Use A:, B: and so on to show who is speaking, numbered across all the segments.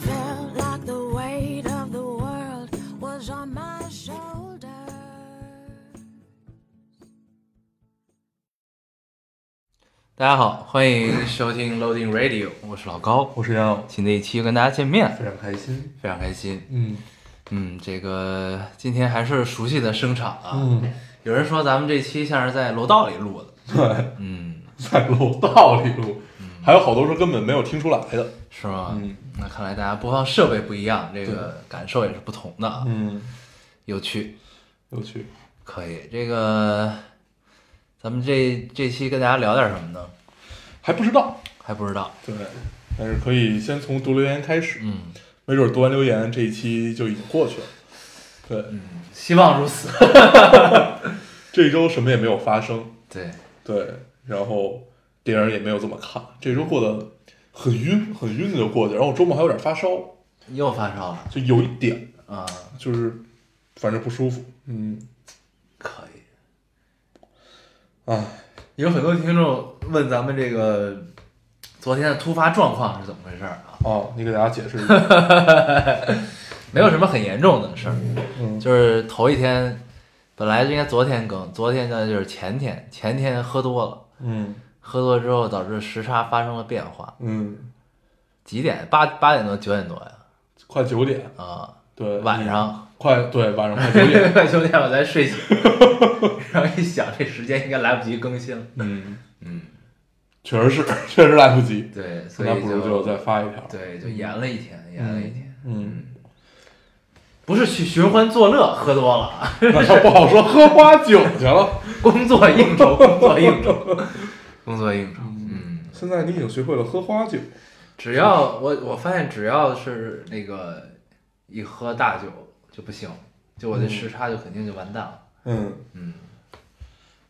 A: Felt like the weight of the world was on my shoulders.
B: 大家好，欢迎收听 Loading Radio，我是老高，
C: 我是杨友，
B: 新的一期又跟大家见面，
C: 非常开心。
B: 非常开心。
C: 嗯
B: 嗯，这个今天还是熟悉的声场啊。
C: 嗯，
B: 有人说咱们这期像是在楼道里录的，
C: 对，
B: 嗯，
C: 在楼道里录，还有好多是根本没有听出来的。
B: 是吗？
C: 嗯
B: 那看来大家播放设备不一样，这个感受也是不同的啊。
C: 嗯，
B: 有趣，
C: 有趣。
B: 可以。这个咱们这这期跟大家聊点什么呢？
C: 还不知道。
B: 还不知道。
C: 对，但是可以先从读留言开始，
B: 嗯，
C: 没准读完留言这一期就已经过去了。对，
B: 希望如此。
C: 这周什么也没有发生。
B: 对，
C: 对，然后电影也没有怎么看，这周过得很晕，很晕的就过去。然后我周末还有点发烧，
B: 又发烧了
C: 就有一点，
B: 啊、
C: 就是反正不舒服。嗯，
B: 可以。
C: 啊，
B: 有很多听众问咱们这个昨天的突发状况是怎么回事儿啊？
C: 哦，你给大家解释一 下。
B: 没有什么很严重的事儿，
C: 嗯
B: 就是头一天，本来应该昨天更，昨天呢就是前天，前天喝多了，
C: 嗯
B: 喝多之后导致时差发生了变化，
C: 嗯，
B: 几点？八八点多，九点多呀？
C: 快九点，
B: 啊、
C: 对，
B: 晚上
C: 快对晚上快九 点，
B: 快 九点我才睡醒，然后一想这时间应该来不及更新了，
C: 嗯，
B: 嗯，
C: 确实是， 确实来不及，
B: 对，所
C: 那
B: 以
C: 不如就再发一条。
B: 对就延了一天，延了一天。
C: 嗯，
B: 不是去寻欢作乐，喝多了啊，
C: 那就不好说，喝花酒去了。
B: 工作应酬，工作应酬， 工作应酬。嗯，
C: 现在你已经学会了喝花酒，
B: 只要我我发现，只要是那个一喝大酒就不行，就我这时差就肯定就完蛋了。
C: 嗯，
B: 嗯，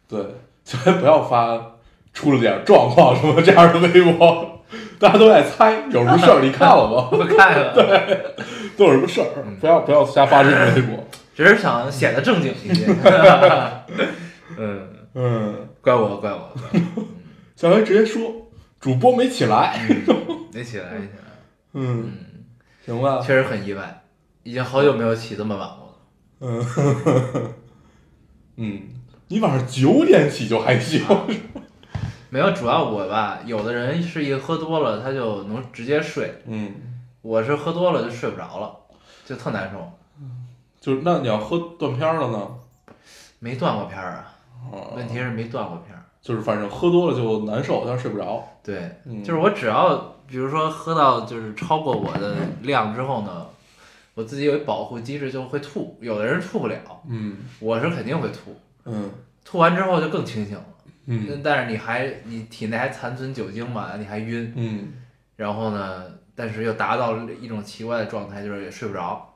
C: 对，千万不要发出了点状况什么这样的微博， 大家都在猜有什么事儿，你看了 吗？
B: 我看了，
C: 都有什么事儿？
B: 嗯
C: 不要不要瞎发这种微博。
B: 只是想显得正经一些。 嗯，
C: 嗯，
B: 怪我，怪我，怪我
C: 下回直接说主播没起来。
B: 嗯没起来，没起来。
C: 嗯，
B: 嗯，
C: 行吧。
B: 确实很意外，已经好久没有起这么晚过了。
C: 嗯，嗯，你晚上九点起就还行，
B: 啊没有，主要我吧，有的人是一喝多了他就能直接睡，
C: 嗯，
B: 我是喝多了就睡不着了，就特难受，
C: 就是那你要喝断片儿了呢？
B: 没断过片儿啊。
C: 啊，
B: 问题是没断过片儿。
C: 就是反正喝多了就难受，但是睡不着。
B: 对，
C: 嗯
B: 就是我只要比如说喝到就是超过我的量之后呢，我自己有一保护机制就会吐，有的人吐不了，
C: 嗯
B: 我是肯定会吐，
C: 嗯
B: 吐完之后就更清醒了。
C: 嗯
B: 但是你还你体内还残存酒精嘛，你还晕，
C: 嗯，
B: 然后呢，但是又达到了一种奇怪的状态，就是也睡不着。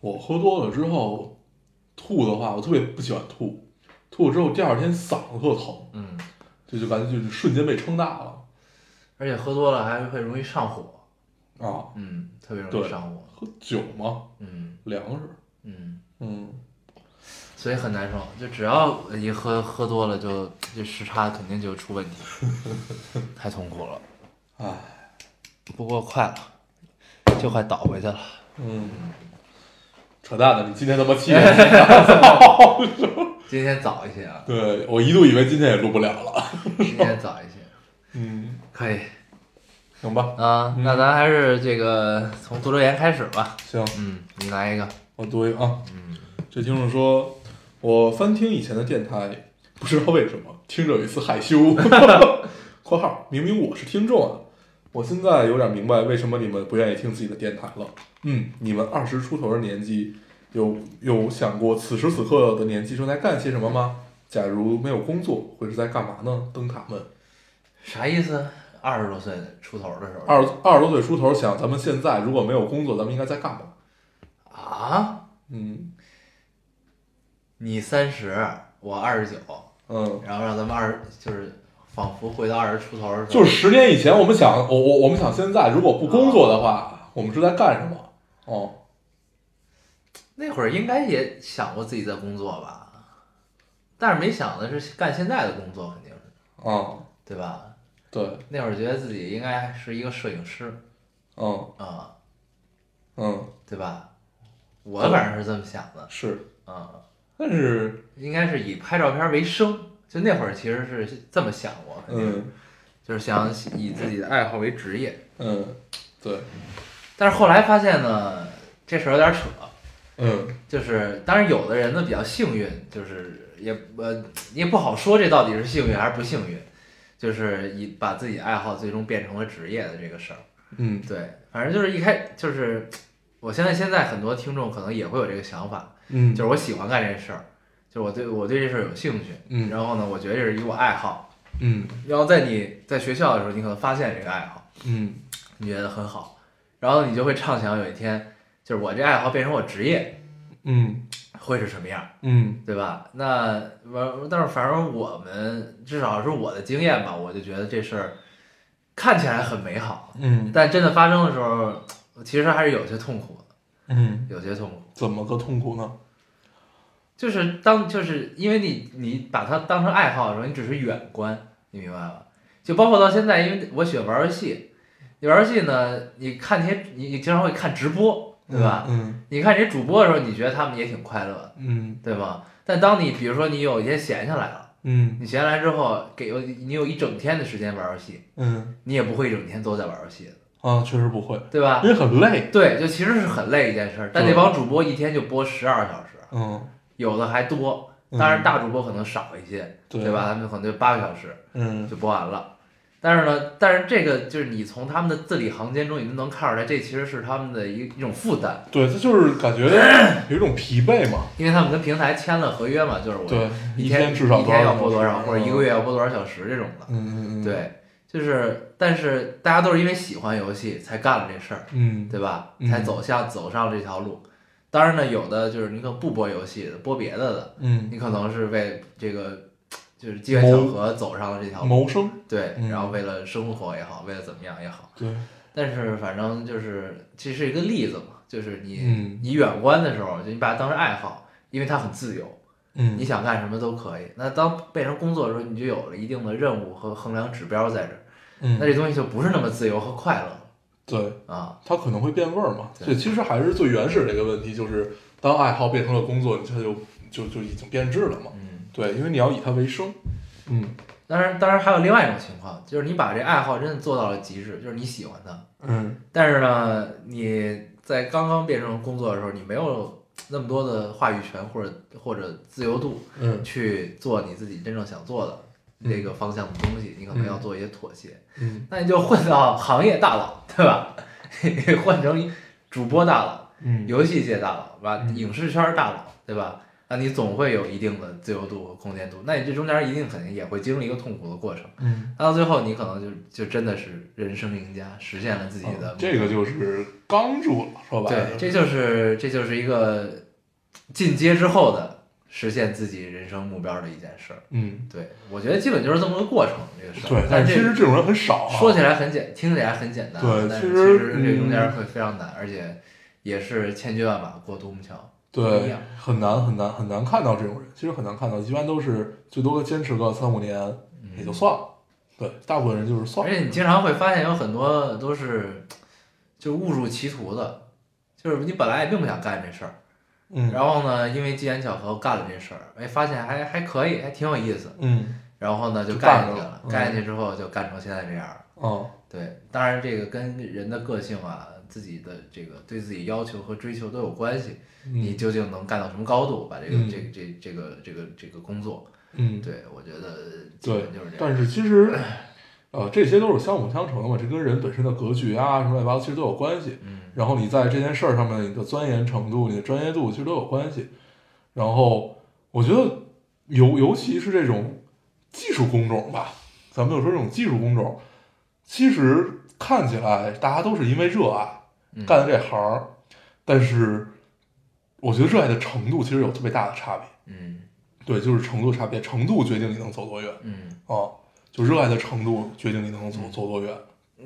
C: 我喝多了之后吐的话，我特别不喜欢吐，吐了之后第二天嗓子特疼，
B: 嗯，
C: 这就感觉就是瞬间被撑大了
B: 而且喝多了还会容易上火，
C: 啊。
B: 嗯，特别容易
C: 对
B: 上火，
C: 喝酒嘛，
B: 嗯
C: 粮食，
B: 嗯。
C: 嗯
B: 所以很难受，就只要一喝喝多了就，这时差肯定就出问题， 太痛苦了。
C: 唉，
B: 不过快了，就快倒回去了。
C: 嗯，扯淡的，你今天他妈七点起。
B: 今天早一些啊，
C: 对我一度以为今天也录不了了。
B: 今天早一些，
C: 嗯，
B: 可以
C: 行吧，
B: 啊。那咱还是这个从读留言开始吧。
C: 行，
B: 嗯，你来一个。
C: 我读一个啊。这听众说，我翻听以前的电台，不知道为什么听着有一丝害 羞。（括号明明我是听众啊，我现在有点明白为什么你们不愿意听自己的电台了。嗯，你们二十出头的年纪，有有想过此时此刻的年纪正在干些什么吗？假如没有工作，会是在干嘛呢？灯塔们。”
B: 啥意思？二十多岁出头的时候
C: 二二十多岁出头想，咱们现在如果没有工作，咱们应该在干嘛？
B: 啊？
C: 嗯
B: 你三十，我二十九，
C: 嗯，
B: 然后让咱们二就是仿佛回到二十出头的时候，
C: 就是十年以前，我们想，我我我们想现在如果不工作的话，我们是在干什么？哦，
B: 那会儿应该也想过自己在工作吧，但是没想的是干现在的工作，肯定是
C: 啊，
B: 对吧？
C: 对，
B: 那会儿觉得自己应该是一个摄影师
C: 嗯
B: 啊、
C: 嗯，
B: 对吧？我
C: 对
B: 反正是这么想的，
C: 是，
B: 嗯，
C: 但是，
B: 应该是以拍照片为生。就那会儿其实是这么想过，肯定是、
C: 嗯
B: 就是想以自己的爱好为职业。
C: 嗯，对，
B: 但是后来发现呢，这事儿有点扯，
C: 嗯
B: 就是当然有的人呢比较幸运，就是也呃也不好说这到底是幸运还是不幸运，就是以把自己爱好最终变成了职业的这个事儿。
C: 嗯
B: 对，反正就是一开就是，我相信现在很多听众可能也会有这个想法，
C: 嗯，
B: 就是我喜欢干这事儿，就是我对我对这事儿有兴趣，
C: 嗯
B: 然后呢，我觉得这是一我爱好，
C: 嗯
B: 然后在你在学校的时候，你可能发现这个爱好，
C: 嗯
B: 你觉得很好，然后你就会畅想有一天，就是我这爱好变成我职业
C: 嗯
B: 会是什么样。
C: 嗯
B: 对吧？那完，但是反正我们至少是我的经验吧，我就觉得这事儿看起来很美好，
C: 嗯
B: 但真的发生的时候，其实还是有些痛苦的，
C: 嗯，
B: 有些痛苦。
C: 怎么个痛苦呢？
B: 就是当就是因为你你把它当成爱好的时候，你只是远观，你明白吧？就包括到现在，因为我喜欢玩游戏，你玩游戏呢，你看那些你你经常会看直播，对吧？
C: 嗯
B: 你看这些主播的时候，你觉得他们也挺快乐的，
C: 嗯
B: 对吗？但当你比如说你有一天闲下来了。
C: 嗯
B: 你闲来之后，给有你有一整天的时间玩游戏，
C: 嗯
B: 你也不会一整天都在玩游戏的，
C: 啊，确实不会，
B: 对吧
C: 因？为很累。
B: 对，就其实是很累一件事儿。但
C: 对
B: 那帮主播一天就播十二小时，
C: 嗯，
B: 有的还多，
C: 嗯
B: 当然大主播可能少一些，
C: 对
B: 对吧？？他们可能就八个小时
C: 嗯
B: 就播完了。但是呢，但是这个就是你从他们的字里行间中，你就能看出来，这其实是他们的一一种负担，
C: 对，他就是感觉有一种疲惫嘛。
B: 因为他们跟平台签了合约嘛，就是我
C: 对，
B: 一
C: 天至少
B: 一天要播
C: 多
B: 多少，或者一个
C: 月。
B: 月要播多少小时这种的。
C: 嗯嗯嗯，，
B: 对，就是，但是大家都是因为喜欢游戏才干了这事儿，
C: 嗯
B: 对吧？
C: 嗯
B: 才走向走上这条路。当然呢，有的就是你可能不播游戏的，播别的的，
C: 嗯，
B: 你可能是为这个就是机缘巧合走上了这条路，
C: 谋生。
B: 对，
C: 嗯
B: 然后为了生活也好，为了怎么样也好，
C: 对，
B: 但是反正就是这是一个例子嘛，就是你、
C: 嗯
B: 你远观的时候，就你把它当成爱好，因为它很自由，你
C: 嗯
B: 想干什么都可以。那当变成工作的时候，你就有了一定的任务和衡量指标在这儿。那
C: 嗯，
B: 这东西就不是那么自由和快乐了
C: 对，
B: 啊。
C: 它可能会变味儿嘛。
B: 对
C: 这其实还是最原始的一个问题，就是当爱好变成了工作，它就就就已经变质了嘛。
B: 嗯，
C: 对，因为你要以它为生。嗯
B: 当然，当然还有另外一种情况，就是你把这爱好真的做到了极致，就是你喜欢它，
C: 嗯
B: 但是呢，你在刚刚变成工作的时候，你没有那么多的话语权或者或者自由度
C: 嗯
B: 去做你自己真正想做的。那个方向的东西，你可能要做一些妥协，
C: 嗯
B: 那你就混到行业大佬，对吧？ 混成主播大佬，
C: 嗯，
B: 游戏界大佬，对吧？
C: 嗯
B: 影视圈大佬，对吧？那你总会有一定的自由度和空间度，那你这中间一定肯定也会经历一个痛苦的过程。
C: 嗯，
B: 那到最后，你可能就就真的是人生赢家，实现了自己的、
C: 嗯这个就是刚住了，说白
B: 对，
C: 了。
B: 这就是这就是一个进阶之后的实现自己人生目标的一件事儿。
C: 嗯，
B: 对我觉得基本就是这么个过程，这个事儿。
C: 对，
B: 但
C: 但
B: 这
C: 其实这种人很少啊。
B: 说起来很简，听起来很简单，
C: 对
B: 但
C: 其
B: 是
C: 实
B: 这中间
C: 嗯
B: 会非常难，而且也是千军万马过独木桥。不一
C: 对
B: 样，
C: 很难很难很难看到这种人，其实很难看到，一般都是最多坚持个三五年
B: 嗯
C: 也就算了。对，大部分人就是算
B: 而
C: 了。
B: 且你经常会发现有很多都是就是误入歧途的，就是你本来也并不想干这事儿，
C: 嗯
B: 然后呢，因为机缘巧合干了这事儿，哎，发现还还可以，还挺有意思，
C: 嗯
B: 然后呢就
C: 就
B: 干
C: 干
B: 进去
C: 了
B: 了，
C: 嗯
B: 干进去之后就干成现在这样儿。
C: 哦
B: 对，当然这个跟人的个性啊、自己的这个对自己要求和追求都有关系，你
C: 嗯
B: 究竟能干到什么高度，把这个、
C: 嗯
B: 这个这这个这个这个工作，
C: 嗯，
B: 对我觉得基
C: 对
B: 本就是这样。
C: 但是其实，呃，这些都是相辅相成的嘛，这跟人本身的格局啊什么乱七八糟其实都有关系。
B: 嗯
C: 然后你在这件事儿上面，你的钻研程度、你的专业度其实都有关系。然后我觉得尤尤其是这种技术工种吧，咱们就说这种技术工种，其实看起来大家都是因为热爱
B: 嗯
C: 干的这行儿，但是我觉得热爱的程度其实有特别大的差别。
B: 嗯
C: 对，就是程度差别，程度决定你能走多远
B: 嗯
C: 啊，就热爱的程度决定你能走走多远。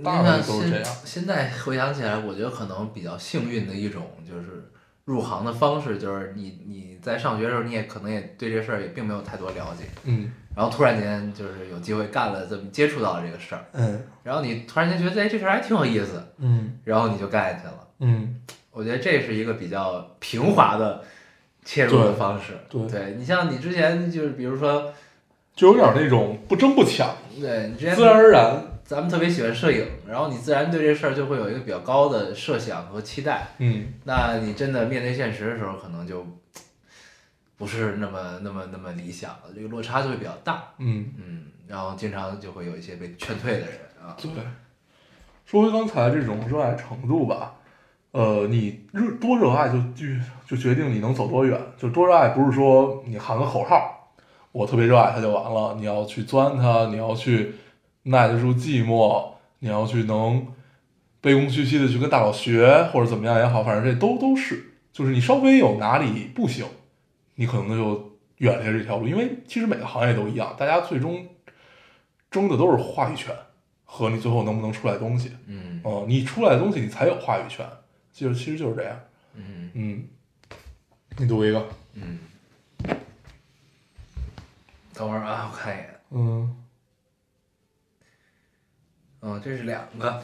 C: 大
B: 那
C: 部分都是这
B: 现
C: 样。
B: 现在回想起来，我觉得可能比较幸运的一种就是入行的方式，就是你你在上学的时候，你也可能也对这事儿也并没有太多了解，
C: 嗯
B: 然后突然间就是有机会干了，这么接触到了这个事儿，
C: 嗯
B: 然后你突然间觉得哎这事儿还挺有意思，
C: 嗯
B: 然后你就干下去了。
C: 嗯，
B: 我觉得这是一个比较平滑的切入的方式。
C: 对对
B: 你像你之前就是比如说，
C: 就有点那种不争不抢，
B: 对你之前
C: 自然而然。
B: 咱们特别喜欢摄影，然后你自然对这事儿就会有一个比较高的设想和期待。
C: 嗯
B: 那你真的面对现实的时候，可能就不是那么那么那么理想，这个落差就会比较大。
C: 嗯，
B: 嗯，然后经常就会有一些被劝退的人啊。
C: 对。说回刚才这种热爱程度吧，呃，你热多热爱就就就决定你能走多远。就多热爱不是说你喊个口号，我特别热爱它就完了。你要去钻它，你要去耐得住寂寞，你要去能卑躬屈膝的去跟大佬学，或者怎么样也好，反正这都都是，就是你稍微有哪里不行，你可能就远离了这条路。因为其实每个行业都一样，大家最终争的都是话语权和你最后能不能出来东西。
B: 嗯
C: 哦、你出来的东西你才有话语权，就是其实就是这样。
B: 嗯
C: 嗯，你读一个。
B: 嗯。等会儿啊，我看一眼。
C: 嗯
B: 嗯，这是两个，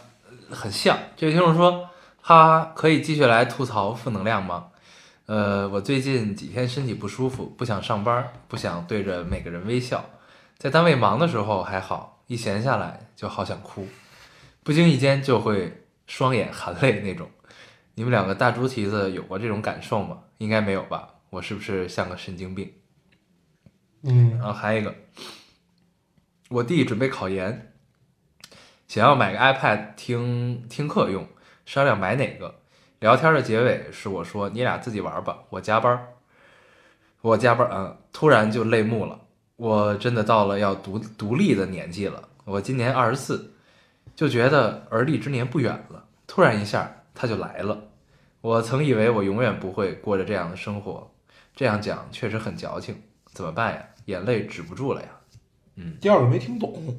B: 呃很像。这位听众说：“哈哈，可以继续来吐槽负能量吗？呃，我最近几天身体不舒服，不想上班，不想对着每个人微笑。在单位忙的时候还好，一闲下来就好想哭，不经意间就会双眼含泪那种。你们两个大猪蹄子有过这种感受吗？应该没有吧？我是不是像个神经病？”
C: 嗯
B: 然后还有一个，我弟准备考研，想要买个 iPad 听听课用，商量买哪个。聊天的结尾是我说：“你俩自己玩吧，我加班儿。”我加班儿，嗯，突然就泪目了。我真的到了要独独立的年纪了，我今年二十四，就觉得而立之年不远了。突然一下，他就来了。我曾以为我永远不会过着这样的生活，这样讲确实很矫情。怎么办呀？眼泪止不住了呀。
C: 第二个没听懂。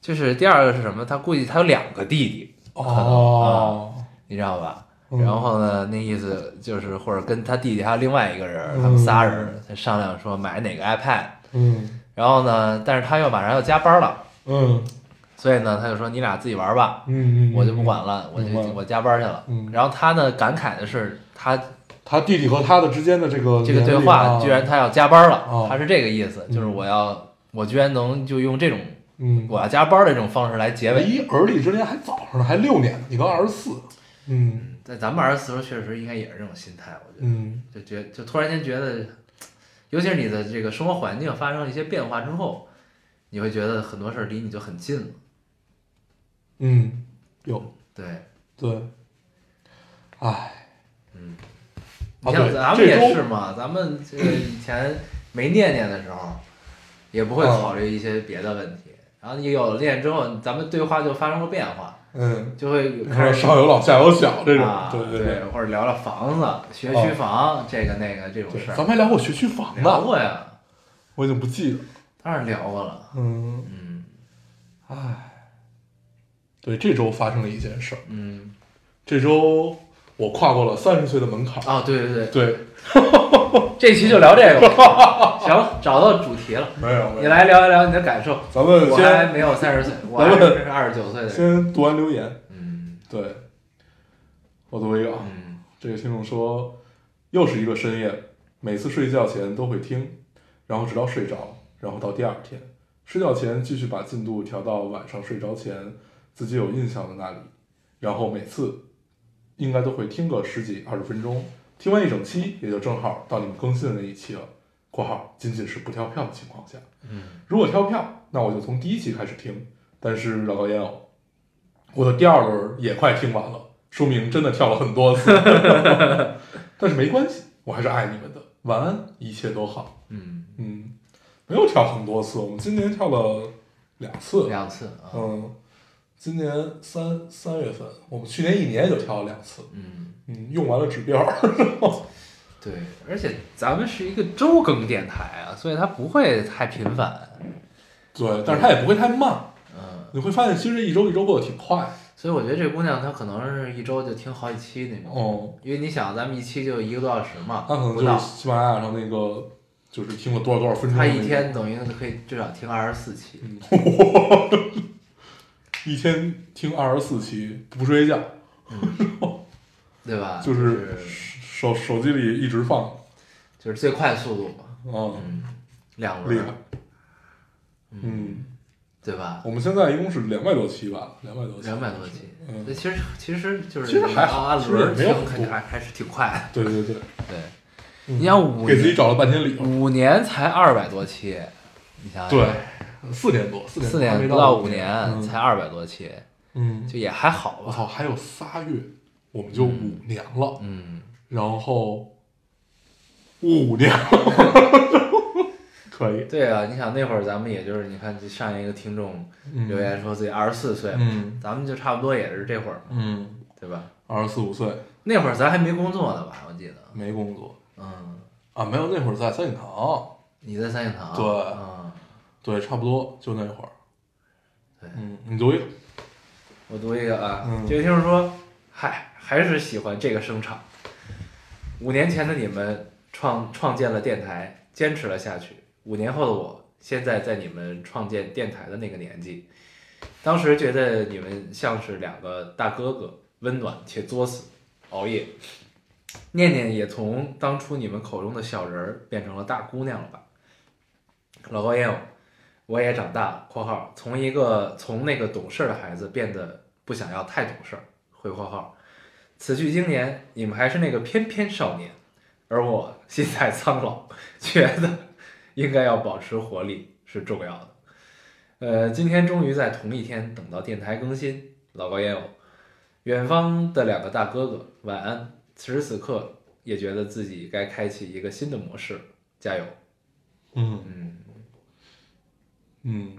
B: 就是第二个是什么？他估计他有两个弟弟，
C: 哦，
B: 你知道吧？
C: 嗯
B: 然后呢，那意思就是或者跟他弟弟还有另外一个人，他们仨人在商量说买哪个 iPad。
C: 嗯
B: 然后呢，但是他又马上要加班了，
C: 嗯
B: 所以呢，他就说你俩自己玩吧，
C: 嗯
B: 我就不。管了，我就
C: 明白
B: 我加班去了。
C: 嗯
B: 然后他呢感慨的是，他
C: 他弟弟和他的之间的这个
B: 这个对
C: 联系
B: 话
C: 啊
B: 居然他要加班了，
C: 哦
B: 他是这个意思，就是我要我居然能就用这种
C: 嗯，
B: 我要加班的这种方式来结尾。
C: 离而立之年还早着呢，还六年呢，你刚二十四。嗯
B: 在咱们二十四时候，确实应该也是这种心态，我觉得。
C: 嗯
B: 就觉就突然间觉得，尤其是你的这个生活环境发生一些变化之后，你会觉得很多事儿离你就很近了。
C: 嗯，有
B: 对，
C: 对。唉，
B: 你
C: 啊
B: 像
C: 对
B: 咱们
C: 这
B: 也
C: 周
B: 是嘛，咱们这个以前没念念的时候，也不会
C: 嗯
B: 考虑一些别的问题。然后你有了念念之后，咱们对话就发生了变化，
C: 嗯，
B: 就会有
C: 你
B: 开
C: 说
B: 始
C: 上有老下有小这种
B: 啊，，
C: 对
B: 对
C: 对。哦
B: 或者聊聊房子、学区房这个那个这种
C: 对
B: 事
C: 咱
B: 儿，
C: 们还聊过学区房
B: 聊
C: 呢，
B: 过呀，
C: 我已经不记得了。
B: 当然聊过了。
C: 嗯，
B: 嗯
C: 唉，对，这周发生了一件事儿。
B: 嗯，
C: 这周我跨过了三十岁的门槛儿。
B: 哦，对对对，
C: 对，
B: 这期就聊这个 吧。行，找到主题了，
C: 没有没
B: 你
C: 有，
B: 来聊一聊你的感受。
C: 咱们
B: 我还
C: 先
B: 没有三十岁，我还 是二十九岁的人。
C: 先读完留言。
B: 嗯
C: 对，我读一个啊，
B: 嗯
C: 这个听众说，又是一个深夜，每次睡觉前都会听，然后直到睡着，然后到第二天睡觉前继续把进度调到晚上睡着前自己有印象的那里，然后每次应该都会听个十几二十分钟，听完一整期也就正好到你们更新的那一期了。（括号仅仅是不跳票的情况下）
B: 嗯
C: 如果跳票，那我就从第一期开始听。但是老高烟偶，我的第二轮也快听完了，说明真的跳了很多次。 但是没关系，我还是爱你们的。晚安，一切都好。
B: 嗯，
C: 嗯，没有跳很多次，我们今年跳了两次。
B: 两次啊。
C: 嗯，今年三三月份，我们去年一年就跳了两次。
B: 嗯，
C: 嗯，用完了指标。
B: 对，而且咱们是一个周更电台啊，所以它不会太频繁。
C: 对，但是它也不会太慢。
B: 嗯，
C: 你会发现其实一周一周过得挺快。
B: 所以我觉得这姑娘她可能是一周就听好几期那种，
C: 哦，
B: 因为你想咱们一期就一个多小时嘛，
C: 那可能
B: 不
C: 就是
B: 到，
C: 喜马拉雅上那个，就是听了多少多少分钟
B: 她
C: 的那个。
B: 一天等于可以至少听二十四期，
C: 嗯，一天听二十四期不睡觉，
B: 啊对吧？
C: 就
B: 就是
C: 手手机里一直放，
B: 就是最快速度嘛，
C: 啊，
B: 嗯，两
C: 厉
B: 轮
C: 害
B: 儿，。
C: 嗯，
B: 对吧？
C: 我们现在一共是两百多期吧，两百多期，
B: 两百多期，
C: 嗯
B: 那，其实其实就是
C: 其实还好
B: 按轮儿
C: 其实也没
B: 听
C: 有很
B: 肯
C: 多
B: 定还还是挺快
C: 对对对，
B: 的，对。
C: 嗯
B: 你像五
C: 给自己
B: 年
C: 找了半天理由，
B: 五年才二百多期，你想想
C: 对，四年多，四年
B: 哎四
C: 还
B: 年
C: 没
B: 不
C: 到
B: 五年才
C: 嗯
B: 二百多期，
C: 嗯，
B: 就也还好
C: 我
B: 吧。
C: 操，还有仨月，我们就五年了，
B: 嗯，
C: 然后五年了， 可以，
B: 对啊，你想那会儿咱们也就是你看这上一个听众
C: 嗯
B: 留，言说自己二十四岁，
C: 嗯
B: 咱们就差不多也是这会儿嘛，
C: 嗯，
B: 对吧？
C: 二十四五岁
B: 那会儿咱还没工作呢吧？我记得，
C: 没工作
B: 嗯，
C: 啊，没有，那会儿在三里堂，
B: 你在三影堂，
C: 对
B: 嗯，
C: 对，差不多就那会儿，
B: 对
C: 嗯，你读一个，
B: 我读一个啊，
C: 嗯
B: 这位听众说，嗨，还是喜欢这个声场。五年前的你们创创建了电台，坚持了下去。五年后的我，现在在你们创建电台的那个年纪，当时觉得你们像是两个大哥哥，温暖且作死，熬夜。念念也从当初你们口中的小人儿变成了大姑娘了吧？老高烟友，我也长大了（括号从一个从那个懂事儿的孩子变得不想要太懂事儿）回括号。此去经年，你们还是那个翩翩少年，而我心态苍老，觉得应该要保持活力是重要的。呃，今天终于在同一天等到电台更新，老高烟友，远方的两个大哥哥，晚安。此时此刻也觉得自己该开启一个新的模式，加油！
C: 嗯
B: 嗯
C: 嗯，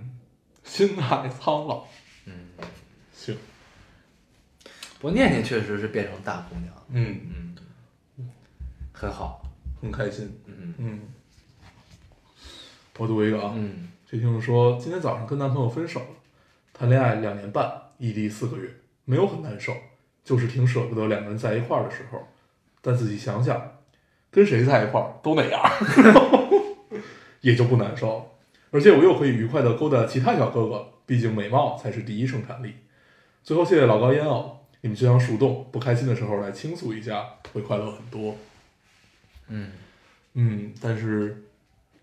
C: 心态苍老，
B: 嗯。
C: 行，
B: 不过念念确实是变成大姑娘，
C: 嗯，
B: 嗯，很好，
C: 很开心，
B: 嗯
C: 嗯，我读一个啊，
B: 嗯，
C: 这听众说，今天早上跟男朋友分手了，谈恋爱两年半，异地四个月，没有很难受，就是挺舍不得两个人在一块儿的时候。但仔细想想，跟谁在一块儿都那样儿， 也就不难受了。而且我又可以愉快地勾搭其他小哥哥，毕竟美貌才是第一生产力。最后谢谢老高烟偶，你们就像树洞，不开心的时候来倾诉一下，会快乐很多。
B: 嗯，
C: 嗯，但是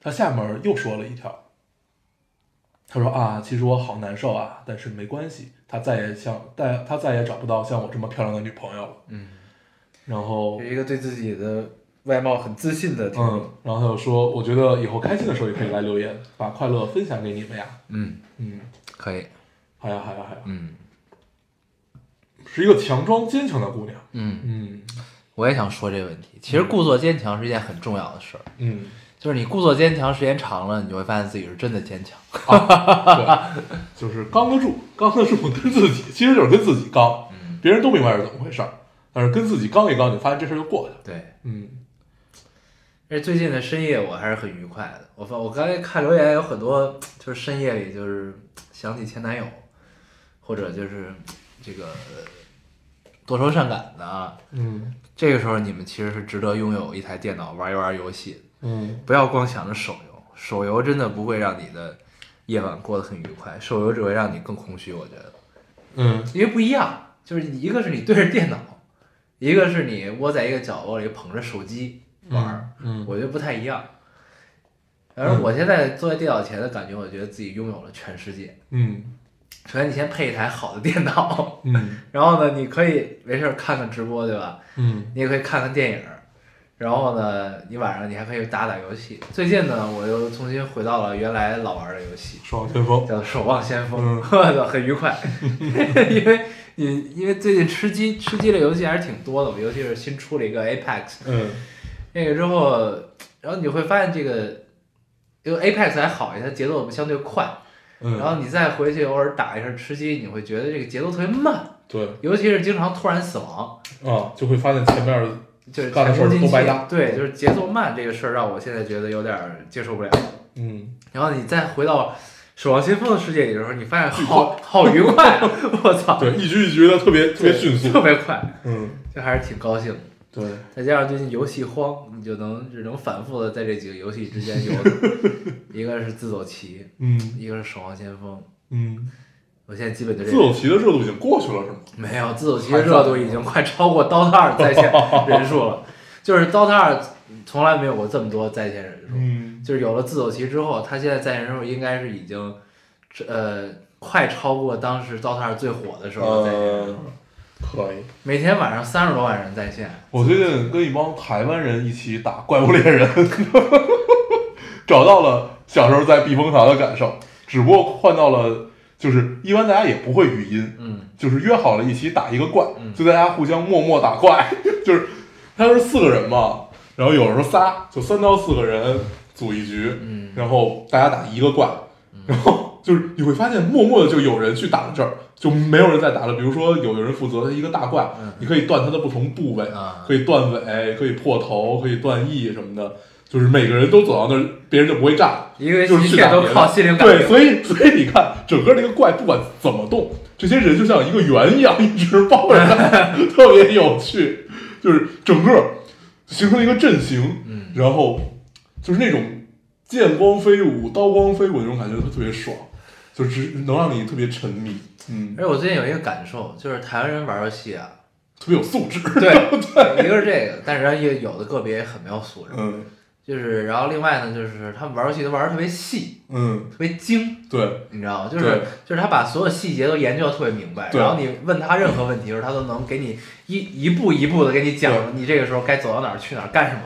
C: 他下面又说了一条，他说啊，其实我好难受啊，但是没关系，他再也像再他再也找不到像我这么漂亮的女朋友了。
B: 嗯，
C: 然后
B: 是一个对自己的外貌很自信的听众，
C: 嗯，然后他又说，我觉得以后开心的时候也可以来留言，把快乐分享给你们呀。
B: 嗯，
C: 嗯，
B: 可以，
C: 好呀好呀好呀，
B: 嗯
C: 是一个强装坚强的姑娘。
B: 嗯，
C: 嗯
B: 我也想说这个问题。其实故作坚强是一件很重要的事儿，
C: 嗯，
B: 就是你故作坚强时间长了，你就会发现自己是真的坚强。
C: 对，就是刚得住，刚得住跟自己，其实就是跟自己刚，
B: 嗯，
C: 别人都明白是怎么回事儿，但是跟自己刚一刚，你发现这事儿就过去了。
B: 对。
C: 嗯
B: 而最近的深夜我还是很愉快的。我发我刚才看留言有很多，就是深夜里就是想起前男友，或者就是这个呃多愁善感的啊，
C: 嗯
B: 这个时候，你们其实是值得拥有一台电脑玩一玩游戏的，
C: 嗯，
B: 不要光想着手游，手游真的不会让你的夜晚过得很愉快，手游只会让你更空虚。我觉得，
C: 嗯
B: 因为不一样，就是你一个是你对着电脑，一个是你窝在一个角落里捧着手机玩儿，
C: 嗯
B: 我觉得不太一样。而我现在坐在电脑前的感觉，我觉得自己拥有了全世界。
C: 嗯
B: 首先，你先配一台好的电脑，
C: 嗯
B: 然后呢，你可以没事儿看看直播，对吧？
C: 嗯
B: 你也可以看看电影儿，然后呢，你晚上你还可以打打游戏。最近呢，我又重新回到了原来老玩儿的游戏，
C: 守望先锋，
B: 叫《守望先锋
C: 嗯》，
B: 我操， 很愉快。因为你因为最近吃鸡吃鸡的游戏还是挺多的，我尤其是新出了一个 Apex，
C: 嗯
B: 那个之后，然后你会发现这个，因为 Apex 还好一些，它节奏相对快，
C: 嗯，
B: 然后你再回去偶尔打一下吃鸡，你会觉得这个节奏特别慢，
C: 对
B: 尤其是经常突然死亡。
C: 啊，就会发现前面儿
B: 就是
C: 干的
B: 前
C: 事儿
B: 功尽
C: 都白
B: 弃
C: 搭嗯
B: 对，就是节奏慢这个事儿让我现在觉得有点儿接受不了。
C: 嗯
B: 然后你再回到守望先锋的世界里的时候，你发现
C: 巨快
B: 好好愉快，啊 我操，
C: 对，一局一局的特别特别迅速，
B: 特别快，
C: 嗯，
B: 这还是挺高兴的。
C: 对，
B: 再加上最近游戏荒，你就能只能反复的在这几个游戏之间 游走，一个是自走棋，
C: 嗯
B: 一个是守望先锋。
C: 嗯，
B: 我现在基本就这
C: 自
B: 个
C: 走棋的热度已经过去了是吗？
B: 没有自走棋的热度已经快超过 DOTA 二在线人数了， 就是 DOTA 二从来没有过这么多在线人数，
C: 嗯
B: 就是有了自走棋之后，它现在在线人数应该是已经呃快超过当时 DOTA 二最火的时候的在线人数
C: 呃，，可以。
B: 每天晚上三十多万人在线，
C: 我最近跟一帮台湾人一起打怪物猎人，找到了小时候在避风塘的感受，只不过换到了就是一般大家也不会语音，
B: 嗯
C: 就是约好了一起打一个怪，
B: 嗯
C: 就大家互相默默打怪， 就是他是四个人嘛，然后有时候仨，就三到四个人组一局，
B: 嗯
C: 然后大家打一个怪，然后 就是你会发现默默的就有人去打了这儿，就没有人再打了。比如说有的人负责一个大怪
B: 嗯，
C: 你可以断它的不同部位，
B: 啊
C: 可以断尾，可以破头，可以断翼什么的，就是每个人都走到那儿，别人就不会炸了。
B: 一个
C: 就
B: 一
C: 是去
B: 切
C: 打
B: 都
C: 别的
B: 靠心灵感
C: 对，
B: 应。
C: 所以所以你看，整个这个怪不管怎么动，这些人就像一个圆一样，一直抱着它， 特别有趣，就是整个形成一个阵型，
B: 嗯
C: 然后就是那种剑光飞舞、刀光飞舞那种感觉，特别爽，就是能让你特别沉迷，嗯，
B: 而且我最近有一个感受，就是台湾人玩游戏啊，
C: 特别有素质，
B: 对，一个是这个，但是也有的个别也很没有素质，
C: 嗯
B: 就是然后另外呢，就是他们玩游戏都玩的特别细，
C: 嗯，
B: 特别精，
C: 对
B: 你知道吗？就是
C: 对
B: 就是他把所有细节都研究的特别明白，
C: 对
B: 然后你问他任何问题的时候，他都能给你一一步一步的给你讲，你这个时候该走到哪儿去哪儿干什么。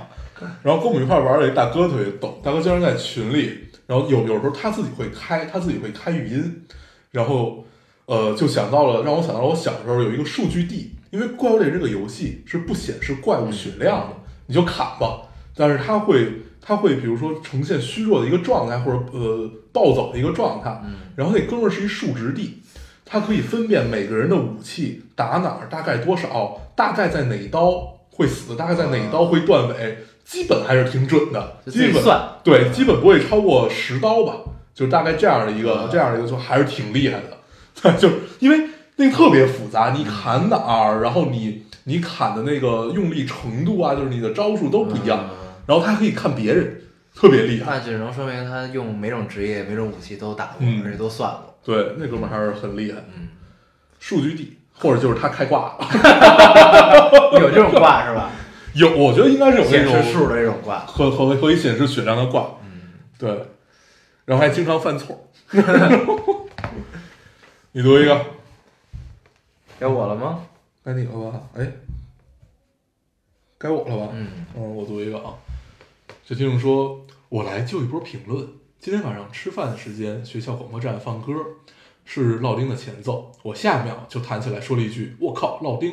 C: 然后跟我们一块玩的一大哥特别逗，大哥经常在群里，然后有有时候他自己会开，他自己会开语音，然后呃就想到了，让我想到了我小时候有一个数据地，因为怪物猎人这个游戏是不显示怪物血量的，你就砍吧，但是它会它会比如说呈现虚弱的一个状态，或者呃暴走的一个状态，
B: 嗯
C: 然后那哥们儿是一数值帝，他可以分辨每个人的武器打哪儿，大概多少，大概在哪一刀会死，大概在哪一刀会断尾，基本还是挺准的，
B: 啊就自
C: 基
B: 己
C: 本
B: 算，
C: 对，基本不会超过十刀吧，就是大概这样的一个
B: 嗯
C: 这样的一个，就还是挺厉害的， 就是因为那个特别复杂，你砍哪儿，然后你你砍的那个用力程度啊，就是你的招数都不一样，
B: 嗯
C: 然后他还可以看别人，特别厉害。
B: 那只能说明他用每种职业、每种武器都打过，
C: 嗯
B: 而且都算过。
C: 对，那哥们儿还是很厉害。
B: 嗯，
C: 数据帝，或者就是他开挂了。
B: 有这种挂是 吧？
C: 有，我觉得应该是有那
B: 显
C: 种
B: 示数的这种 挂。
C: 可可可以显示血量的挂，
B: 嗯，
C: 对，然后还经常犯错。 你读一个，
B: 该我了吗？
C: 该你了吧？哎，该我了吧？
B: 嗯，
C: 嗯，我读一个啊。这听众说，我来就一波评论。今天晚上吃饭的时间，学校广播站放歌，是烙丁的前奏。我下秒就弹起来说了一句：“我靠，烙丁！”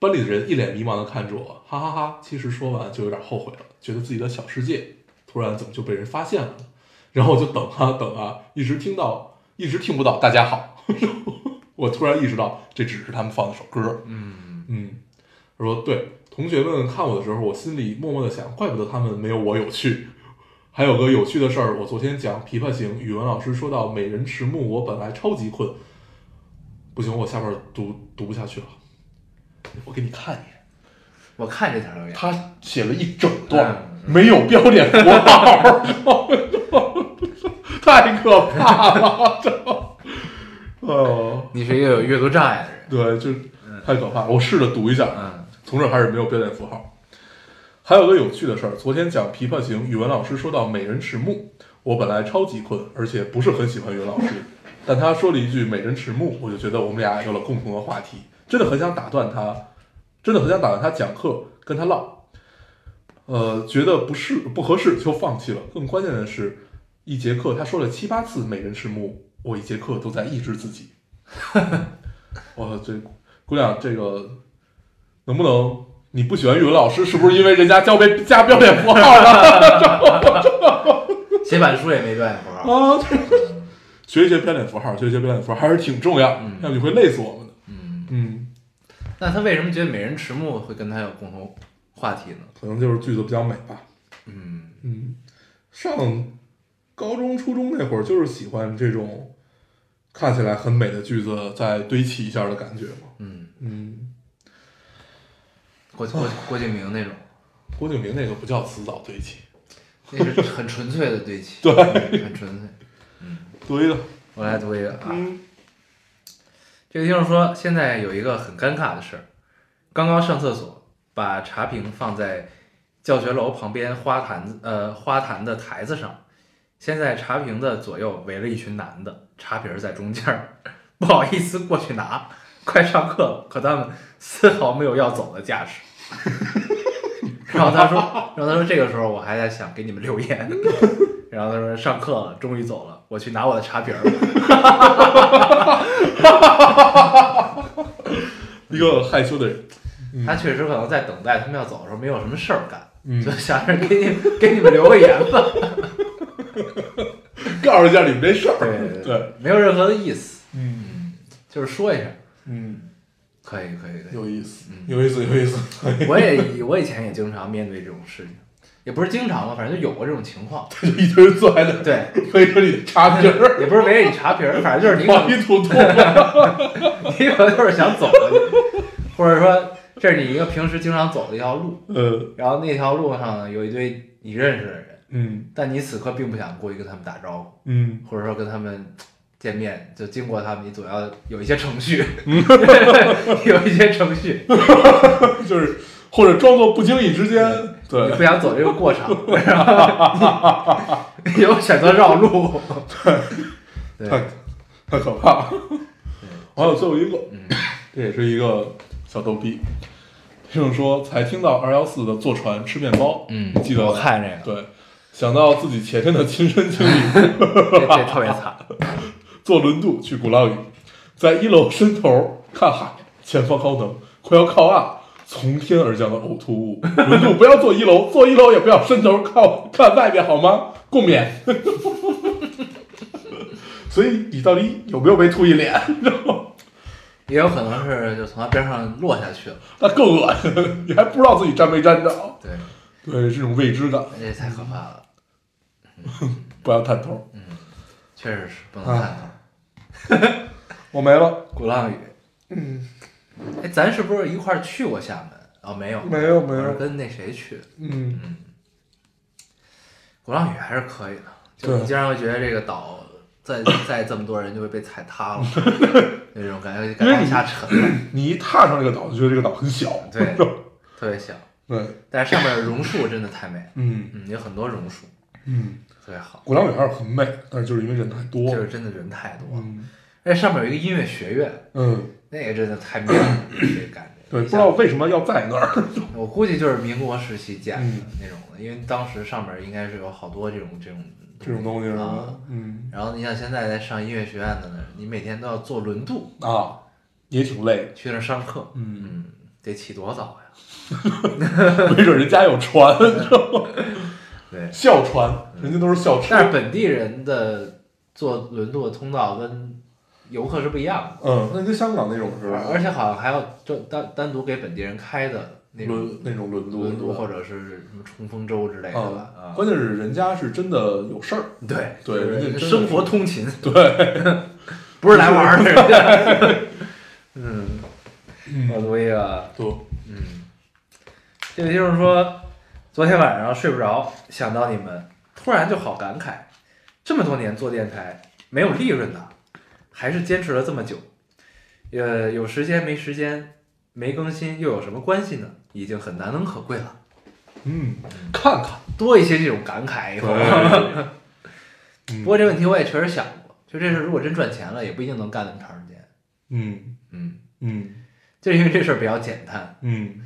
C: 班里的人一脸迷茫的看着我，哈哈哈其实说完就有点后悔了，觉得自己的小世界突然怎么就被人发现了呢？然后我就等啊等啊，一直听到，一直听不到“大家好”， 然后我突然意识到这只是他们放的首歌。
B: 嗯
C: 嗯，他说对，同学们看我的时候，我心里默默的想，怪不得他们没有我有趣。还有个有趣的事儿，我昨天讲《琵琶行》，语文老师说到美人迟暮，我本来超级困，不行，我下边读读不下去了，我给你看一眼。
B: 我看这条留言，
C: 他写了一整段，没有标点符号， 太可怕了，这，哦，
B: 你是一个有阅读障碍的人。
C: 对，就太可怕了。我试着读一下，
B: 嗯
C: 从这儿开始没有标点符号。还有个有趣的事儿，昨天讲《琵琶行》，语文老师说到美人迟暮，我本来超级困，而且不是很喜欢语文老师，但他说了一句“美人迟暮”，我就觉得我们俩有了共同的话题，真的很想打断他，真的很想打断他讲课，跟他唠。呃，觉得不适不合适就放弃了。更关键的是，一节课他说了七八次“美人迟暮”，我一节课都在抑制自己。 我这姑娘，这个能不能？你不喜欢语文老师，是不是因为人家教被加标点符号了
B: 写板书也没断活儿。
C: 啊？这学一学标点符号，学一学标点符号还是挺重要，
B: 嗯
C: 要不你会累死我们的。
B: 嗯，
C: 嗯，
B: 那他为什么觉得美人迟暮会跟他有共同话题呢？
C: 可能就是句子比较美吧。
B: 嗯，
C: 嗯，上高中、初中那会儿就是喜欢这种看起来很美的句子再堆砌一下的感觉嘛。
B: 嗯，
C: 嗯，
B: 郭郭郭敬明那种，
C: 郭敬明那个不叫词藻堆砌，
B: 那是很纯粹的对齐，
C: 对
B: 嗯很纯粹。
C: 堆的。
B: 我来读一个啊，
C: 嗯
B: 这个听众说，现在有一个很尴尬的事儿，刚刚上厕所，把茶瓶放在教学楼旁边花坛子呃花坛的台子上，现在茶瓶的左右围了一群男的，茶瓶儿在中间儿， 不好意思过去拿，快上课了，可他们丝毫没有要走的架势。 然后他说，然后他说这个时候我还在想给你们留言， 然后他说上课了，终于走了，我去拿我的茶瓶儿了。
C: 一个害羞的人，
B: 他确实可能在等待他们要走的时候没有什么事儿干，
C: 嗯
B: 就想着给你给你们留个言吧。
C: 告诉一下你们这事儿。
B: 对
C: 对，，
B: 没有任何的意思，
C: 嗯
B: 就是说一下。
C: 嗯，
B: 可以可以可
C: 有意思
B: 嗯，
C: 有意思，有意思。
B: 以，我也我以前也经常面对这种事情，也不是经常吧，反正就有过这种情况。
C: 就一堆人坐在那儿
B: 对，
C: 围着你茶瓶 儿，
B: 也不是围着你茶瓶儿，反正就是你可
C: 往
B: 能
C: 一吐吐。
B: 你可能就是想走了，或者说这是你一个平时经常走的一条路，
C: 呃
B: 然后那条路上呢有一堆你认识的人，
C: 嗯
B: 但你此刻并不想过去跟他们打招呼。
C: 嗯，
B: 或者说跟他们见面，就经过他们，你总要有一些程 序，有一些程序，
C: 就是或者装作不经意之间，对
B: 你不想走这个过场，然后 你你又选择绕 路，对，
C: 太太可怕了。还有最后一个，
B: 嗯
C: 这也是一个小逗逼。听众说才听到二幺四的坐船吃面包，
B: 嗯，
C: 记得
B: 我看这 个，
C: 对，想到自己前天的亲身经历，
B: 这这特别惨，
C: 坐轮渡去鼓浪屿，在一楼伸头看海，前方高能，快要靠岸，从天而降的呕吐物，轮渡不要坐一楼，坐一楼也不要伸头靠看外边好吗？共勉。所以你到底有没有被吐一脸？
B: 也有可能是就从他边上落下去了，
C: 那更恶心，你还不知道自己沾没沾着。
B: 对，
C: 对，这种未知感，
B: 这太可怕了，
C: 不要探头。
B: 确实是不能看
C: 啊
B: 到
C: 我没了，
B: 鼓浪屿，嗯，哎，咱是不是一块儿去过厦门？哦，没有，
C: 没有没
B: 我是
C: 有，
B: 跟那谁去的。
C: 嗯，
B: 鼓浪屿还是可以的，就
C: 对
B: 你经常会觉得这个岛再再这么多人就会被踩塌 了，那种感觉，感觉往下沉了，
C: 你一踏上这个岛，就觉得这个岛很小。
B: 对，特别小。
C: 对，
B: 但是上面榕树真的太美了，
C: 嗯
B: 嗯，有很多榕树，
C: 嗯，
B: 特别好，
C: 鼓浪屿还是很美，但是就是因为人太多
B: 就
C: 了。
B: 是真的人太多了。
C: 嗯
B: 而且上面有一个音乐学院，
C: 嗯，
B: 那个真的太妙 了，这个感觉。
C: 对，不知道为什么要在那儿。
B: 我估计就是民国时期建的
C: 嗯
B: 那种的，因为当时上面应该是有好多这种这种
C: 这种东西是
B: 啊
C: 吧？。嗯
B: 然后你像现在在上音乐学院的呢，你每天都要坐轮渡
C: 啊，也挺累的。
B: 去那儿上课，
C: 嗯，
B: 嗯，得起多早呀？嗯
C: 没准人家有船，
B: 对，
C: 校船，人家都是校
B: 但是
C: 车。
B: 本地人的坐轮渡的通道跟游客是不一样
C: 嗯，那跟香港那种是
B: 的，
C: 吧？
B: 而且好像还要就单单独给本地人开的那种
C: 轮那种轮渡
B: 轮渡
C: 是吧
B: 或者是什么冲锋舟之类的吧？啊，，
C: 啊关键是人家是真的有事儿，
B: 对
C: 对
B: 就是
C: 人家真的是
B: 生活通勤，
C: 对，
B: 不是来玩儿的。 嗯，
C: 嗯
B: 啊
C: 哦
B: 我读一个。
C: 多，
B: 嗯，这位听众说，昨天晚上睡不着，想到你们，突然就好感慨，这么多年做电台没有利润呐，还是坚持了这么久，呃，有时间没时间，没更新又有什么关系呢？已经很难能可贵了，
C: 嗯，看看，嗯
B: 多一些这种感慨以后。不过这问题我也确实想过，就这事儿如果真赚钱了，也不一定能干那么长时间。
C: 嗯
B: 嗯，
C: 嗯
B: 就是因为这事儿比较简单，
C: 嗯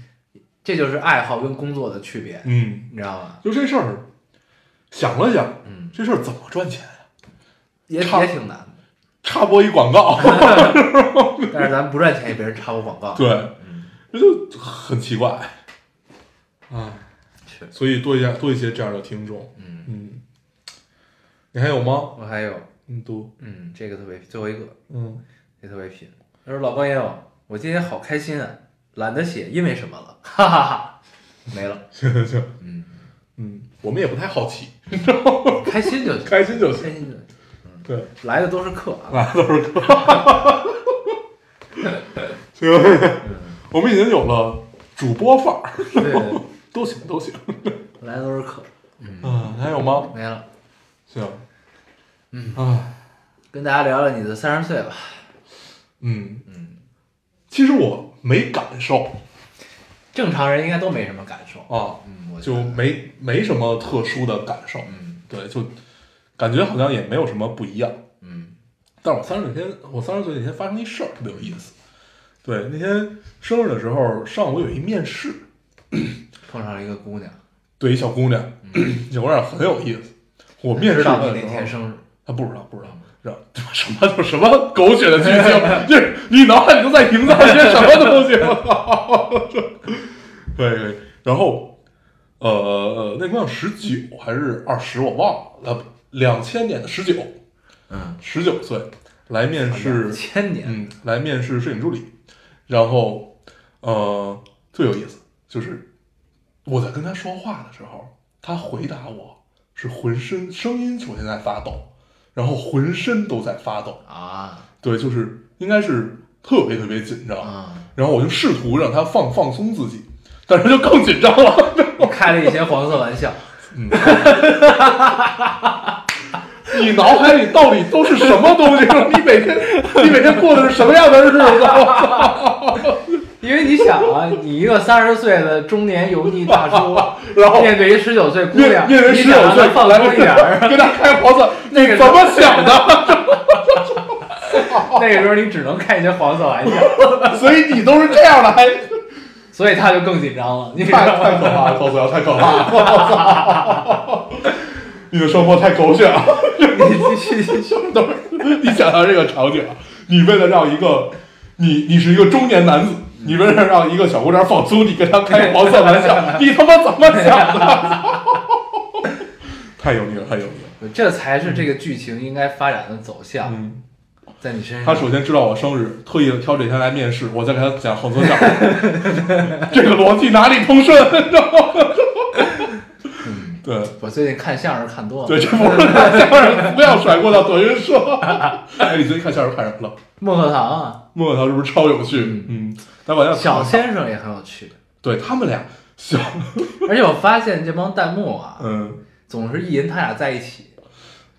B: 这就是爱好跟工作的区别，
C: 嗯，
B: 你知道吗？
C: 就这事儿，想了想，
B: 嗯，
C: 这事儿怎么赚钱呀？
B: 也也
C: 差不
B: 挺难的。
C: 插播一广 告，
B: 但是咱们不赚钱，也别人插我广告。
C: 对，
B: 嗯，
C: 这就很奇怪啊。
B: 是，
C: 所以多一些多一些这样的听众，
B: 嗯，
C: 嗯，你还有吗？
B: 我还有，
C: 嗯，多，
B: 嗯，这个特别最后一个，
C: 嗯，
B: 也特别贫。他说：“老高也有，我今天好开心啊，懒得写，因为 什么了？哈哈哈，没了。
C: 行行行，
B: 嗯，
C: 嗯，我们也不太好奇，
B: 开心就行，
C: 开心就行。
B: 开心就行。
C: 对，
B: 来的都是客啊，
C: 来都是客。 行，我们已经有了主播范儿，
B: 对，
C: 都行都行。
B: 来的都是客，
C: 嗯，还有吗？
B: 没了。
C: 行，啊
B: 嗯
C: 唉，
B: 跟大家聊聊你的三十岁吧。
C: 嗯
B: 嗯，
C: 其实我没感受
B: 正常人应该都没什么感受。
C: 啊，
B: 嗯，我觉
C: 就
B: 得，
C: 没没什么特殊的感受。
B: 嗯
C: 对，就感觉好像也没有什么不一样。
B: 嗯
C: 但是我三十那天，我三十岁那天发生一事儿特别有意思。对，那天生日的时候，上午有一面试，
B: 碰上了一个姑娘，
C: 对一小姑娘， 有点儿很有意思。我面试
B: 知道
C: 她的
B: 你嗯
C: 时
B: 那天
C: 候，
B: 生日，
C: 她啊不知道，不知道，然后什么什么狗血的剧情，这你脑海里都在营造一些什么东西？我操！对 对，然后呃呃，那姑娘十九还是二十，我忘了，呃，两千年的十九，
B: 嗯，
C: 十九岁来面试，
B: 千年，
C: 嗯，来面试摄影助理，然后，呃，最有意思就是我在跟他说话的时候，他回答我是浑身声音首先在发抖，然后浑身都在发抖，
B: 啊
C: 对，就是应该是特别特别紧张，
B: 啊！
C: 然后我就试图让他放放松自己，但是就更紧张了，
B: 我开了一些黄色玩笑，
C: 嗯。你脑海里到底都是什么东西？ 你每天，你每天过的是什么样的日 子？
B: 因为你想啊，你一个三十岁的中年油腻大叔，
C: 然后
B: 面对一十九岁姑
C: 因为
B: 娘，
C: 因为
B: 你
C: 十
B: 想
C: 九
B: 让
C: 岁
B: 她放松一点儿，
C: 跟他开黄色，你
B: 那个
C: 怎么想 的？
B: 那个时候你只能开一些黄色玩笑，
C: 所以 你都是这样的，还
B: 所以他就更紧张了。你知道
C: 太
B: 吗
C: 太可怕了，曹子瑶太可怕了我操， 你的生活太狗血了。
B: 你继续继续，
C: 等会儿你想到这个场景，你为了让一个你你是一个中年男子，你为了让一个小姑娘放松，你跟她开黄色玩笑，你他妈怎么想的？ 太油腻了，太油腻了。
B: 这才是这个剧情应该发展的走向，
C: 嗯，
B: 在你身上。
C: 他首先知道我生日，特意挑这天来面试，我再给他讲黄色笑，这个逻辑哪里通顺？你知道吗？对。
B: 我最近看相声看多了，
C: 对，这不是相声，不要甩锅到德云社。哎，你最近看相声看什么了？
B: 孟鹤堂啊，
C: 孟鹤堂是不是超有趣？ 嗯，但好像
B: 小先生也很有趣。
C: 对他们俩小，
B: 而且我发现这帮弹幕啊，
C: 嗯，
B: 总是意淫他俩在一起。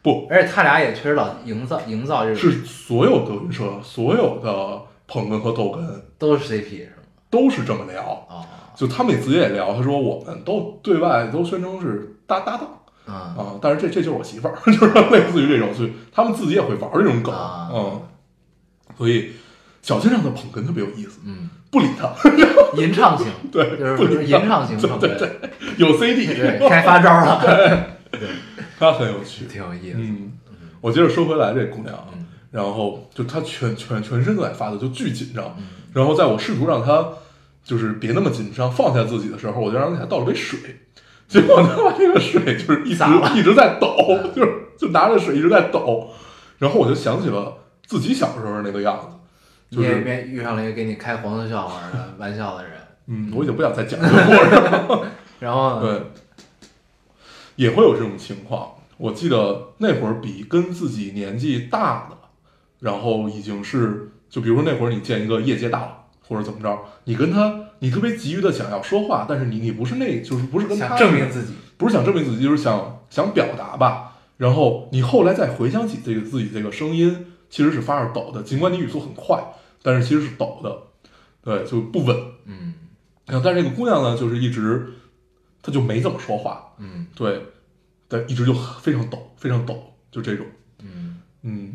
C: 不，
B: 而且他俩也确实老营造营造这种
C: 是所有德云社所有的捧哏和逗哏
B: 都是 CP 是吗？
C: 都是这么聊，
B: 啊、
C: 就他们也自己也聊，他说我们都对外都宣称是搭搭档
B: 嗯，
C: 啊，但是这这就是我媳妇儿， 就是类似于这种，所以他们自己也会玩这种梗，
B: 啊
C: 嗯，所以小先生的捧哏特别有意思，
B: 嗯，
C: 不理他，
B: 吟唱型，
C: 对
B: 就是
C: 不理
B: 说吟 唱型
C: 对
B: 成
C: 对
B: 分，
C: 对，有 CD，
B: 对，该发招了，
C: 他很有 趣，
B: 挺有意思。
C: 嗯，我接着说回来这姑娘啊，
B: 嗯
C: 然后就她全全全身都在发抖，就巨紧
B: 嗯
C: 张。然后在我试图让她就是别那么紧张，放下自己的时候，我就让她给她倒了杯水，结果她把这个水就是一直
B: 洒了
C: 一直在抖，就是就拿着水一直在抖。然后我就想起了自己小时候那个样子，就
B: 你也
C: 是
B: 别遇上了一个给你开黄色笑话的玩笑的人，
C: 嗯，我已经不想再讲这个故事了。
B: 然后呢
C: 对，也会有这种情况。我记得那会儿比跟自己年纪大的，然后已经是就比如说那会儿你见一个业界大佬或者怎么着，你跟他你特别急于的想要说话，但是你你不是那就是不是跟他
B: 想证明自己，
C: 不是想证明自己，就是想想表达吧。然后你后来再回想起这个自己这个声音，其实是发着抖的，尽管你语速很快，但是其实是抖的，对，就不稳。
B: 嗯
C: 然后但是这个姑娘呢，就是一直她就没怎么说话，
B: 嗯
C: 对，但一直就非常抖，非常抖，就这种，
B: 嗯，
C: 嗯，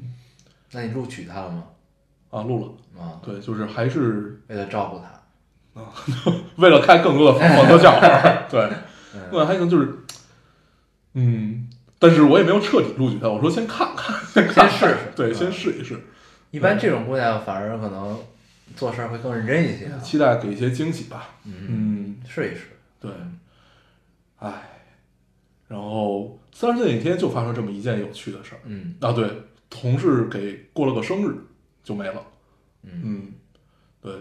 B: 那你录取他了吗？
C: 啊，录了，
B: 啊，
C: 对，就是还是
B: 为了照顾他，
C: 为了开更多的黄 色笑话，对，
B: 嗯
C: 另外还行，就是，嗯，但是我也没有彻底录取她，我说先看看，先
B: 先
C: 看看，
B: 试试。
C: 对，
B: 嗯
C: 先试一试，
B: 一般这种姑娘反而可能做事儿会更认真一些啊，
C: 期待给一些惊喜吧，
B: 嗯，
C: 嗯，
B: 试一试。
C: 对，哎，然后三十岁那天就发生这么一件有趣的事儿。
B: 嗯
C: 啊，对，同事给过了个生日就没了。
B: 嗯
C: 嗯，对，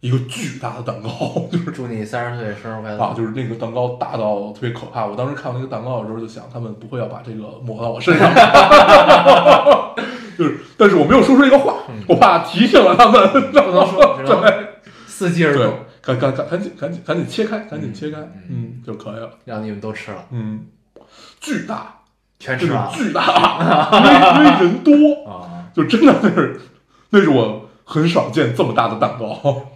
C: 一个巨大的蛋糕，就是
B: 祝你三十岁生日快乐
C: 啊，！就是那个蛋糕大到特别可怕。我当时看到那个蛋糕的时候，就想他们不会要把这个抹到我身上 吧，就是，但是我没有说出这个话，我怕提醒了他们，
B: 不能说，只 能伺机而
C: 对
B: 动，，
C: 赶赶赶赶紧赶紧赶紧切开，赶紧切开，
B: 嗯
C: 嗯，就可以了，
B: 让你们都吃了，
C: 嗯，巨大，
B: 全吃
C: 这是
B: 了
C: 巨大， 因为因为人多，
B: 啊，
C: 就真的是，那是我很少见这么大的蛋糕，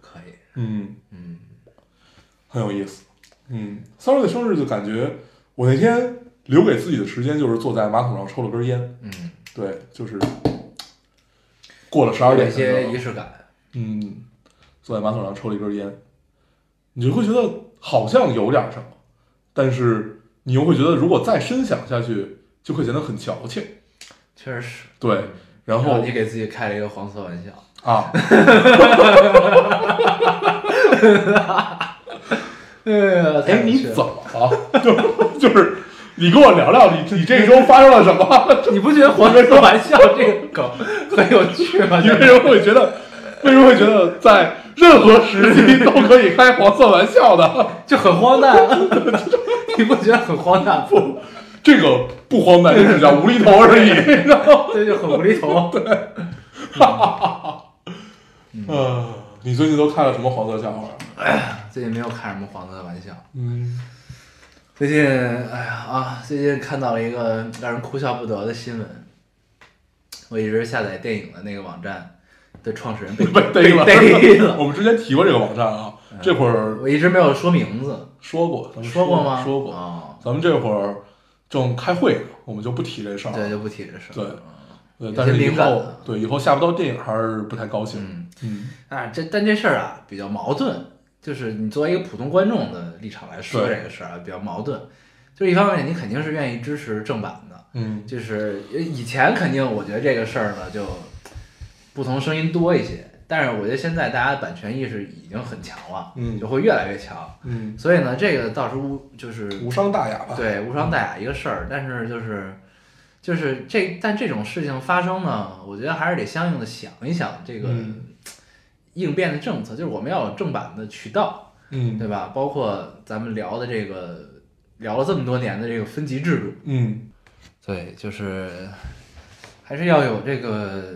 B: 可以，
C: 嗯，
B: 嗯，
C: 很有意思，嗯，三十岁生日就感觉我那天留给自己的时间就是坐在马桶上抽了根烟，
B: 嗯，
C: 对，就是过了十二
B: 有
C: 点
B: 一
C: 的时候
B: 些仪式感，
C: 嗯，坐在马桶上抽了一根烟，你就会觉得好像有点什么，但是你又会觉得如果再深想下去，就会显得很矫情，
B: 确实是。
C: 对，然后
B: 你给自己开了一个黄色玩笑，
C: 啊，
B: 对，
C: 哎，你怎么了？ 就是就是，你跟我聊聊你你这一周发生了什么？
B: 你不觉得黄色玩笑这个梗 很有趣吗？
C: 你
B: 就
C: 为
B: 是
C: 什么会觉得为什么会觉得在任何时机都可以开黄色玩笑的？
B: 就很荒诞，啊 你不觉得很荒诞吗？
C: 这个不荒诞，这只叫无厘头而已。
B: 这就很无厘头。
C: 嗯，你最近都看了什么黄色笑话？
B: 最近没有开什么黄色的玩笑，
C: 嗯，
B: 最近哎呀啊，最近看到了一个让人哭笑不得的新闻。我一直下载电影的那个网站的创始人被
C: 嗯被逮了，
B: 逮了
C: 我们之前提过这个网站啊，这会儿
B: 我一直没有说名字，
C: 说过，咱们
B: 说过吗？
C: 说过。
B: 哦，
C: 咱们这会儿正开会呢，我们就不提这事儿了。
B: 对，就不提这事儿。
C: 对对，
B: 有
C: 但
B: 些
C: 是以
B: 敏感
C: 后
B: 的
C: 对以后下不到电影还是不太高兴。
B: 嗯，
C: 嗯，
B: 啊，这但这事儿啊比较矛盾，就是你作为一个普通观众的立场来说
C: 对
B: 这个事儿啊比较矛盾，就是一方面你肯定是愿意支持正版的，
C: 嗯
B: 就是呃以前肯定我觉得这个事儿呢就不同声音多一些，但是我觉得现在大家版权意识已经很强了，
C: 嗯
B: 就会越来越强，
C: 嗯，
B: 所以呢这个倒是无就是
C: 无伤大雅吧。，
B: 嗯对无伤大雅一个事儿，但是就是。就是这，但这种事情发生呢，我觉得还是得相应的想一想这个
C: 嗯
B: 应变的政策，就是我们要有正版的渠道，
C: 嗯
B: 对吧？包括咱们聊的这个聊了这么多年的这个分级制度，
C: 嗯，
B: 对，就是还是要有这个，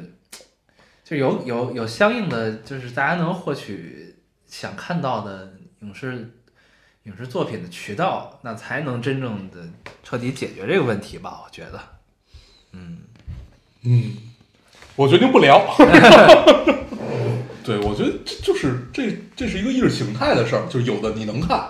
B: 就有有有相应的，就是大家能获取想看到的影视影视作品的渠道，那才能真正的彻底解决这个问题吧？我觉得，
C: 嗯我决定不聊。 对，我觉得这就是这这是一个意识形态的事儿，就是有的你能看，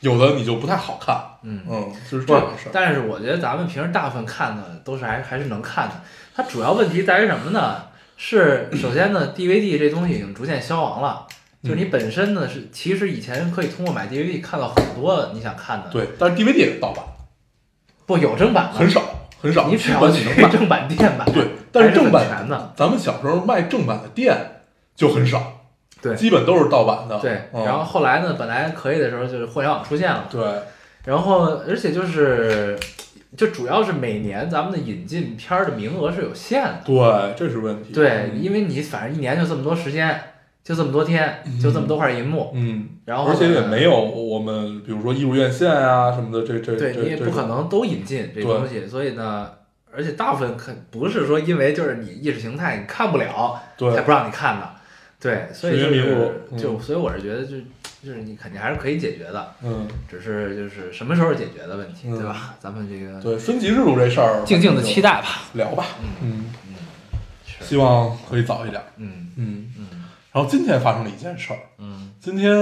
C: 有的你就不太好看。
B: 嗯
C: 嗯，就是
B: 不
C: 这
B: 是
C: 种事儿。
B: 但是我觉得咱们平时大部分看的都是还还是能看的。它主要问题在于什么呢？是首先呢，DVD 这东西已经逐渐消亡了，就是
C: 嗯
B: 你本身呢是其实以前可以通过买 DVD 看到很多你想看的，，
C: 对，但是 DVD 也是盗版，
B: 不有正版的，
C: 很少很少，
B: 你
C: 基
B: 只要
C: 本你
B: 去
C: 能买。
B: 正版店买，
C: 对，但
B: 还是
C: 正
B: 很全
C: 版
B: 的，
C: 咱们小时候卖正版的店就很少，
B: 对
C: 基本都是盗版的。
B: 对。
C: 嗯
B: 然后后来呢，本来可以的时候就是互联网出现了，
C: 对，
B: 然后而且就是就主要是每年咱们的引进片儿的名额是有限的。
C: 对，这是问题。
B: 对，
C: 嗯
B: 因为你反正一年就这么多时间，就这么多天，就这么多块银幕，
C: 嗯，
B: 然后
C: 而且也
B: 呢
C: 没有我们比如说艺术院线啊什么的，这这
B: 对
C: 这
B: 你也
C: 这
B: 不可能都引进这东西，所以呢，而且大部分可不是说因为就是你意识形态你看不了才
C: 对
B: 不让你看的，对，所以就
C: 民国
B: 是
C: 嗯
B: 就所以我是觉得就就是你肯定还是可以解决的，
C: 嗯
B: 只是就是什么时候解决的问题，
C: 嗯
B: 对吧？咱们这个
C: 对分级制度这事儿，
B: 静静的期
C: 待
B: 待吧，
C: 聊吧，嗯，
B: 是
C: 希望可以早一点，
B: 嗯
C: 嗯。
B: 嗯
C: 然后今天发生了一件事儿，
B: 嗯
C: 今天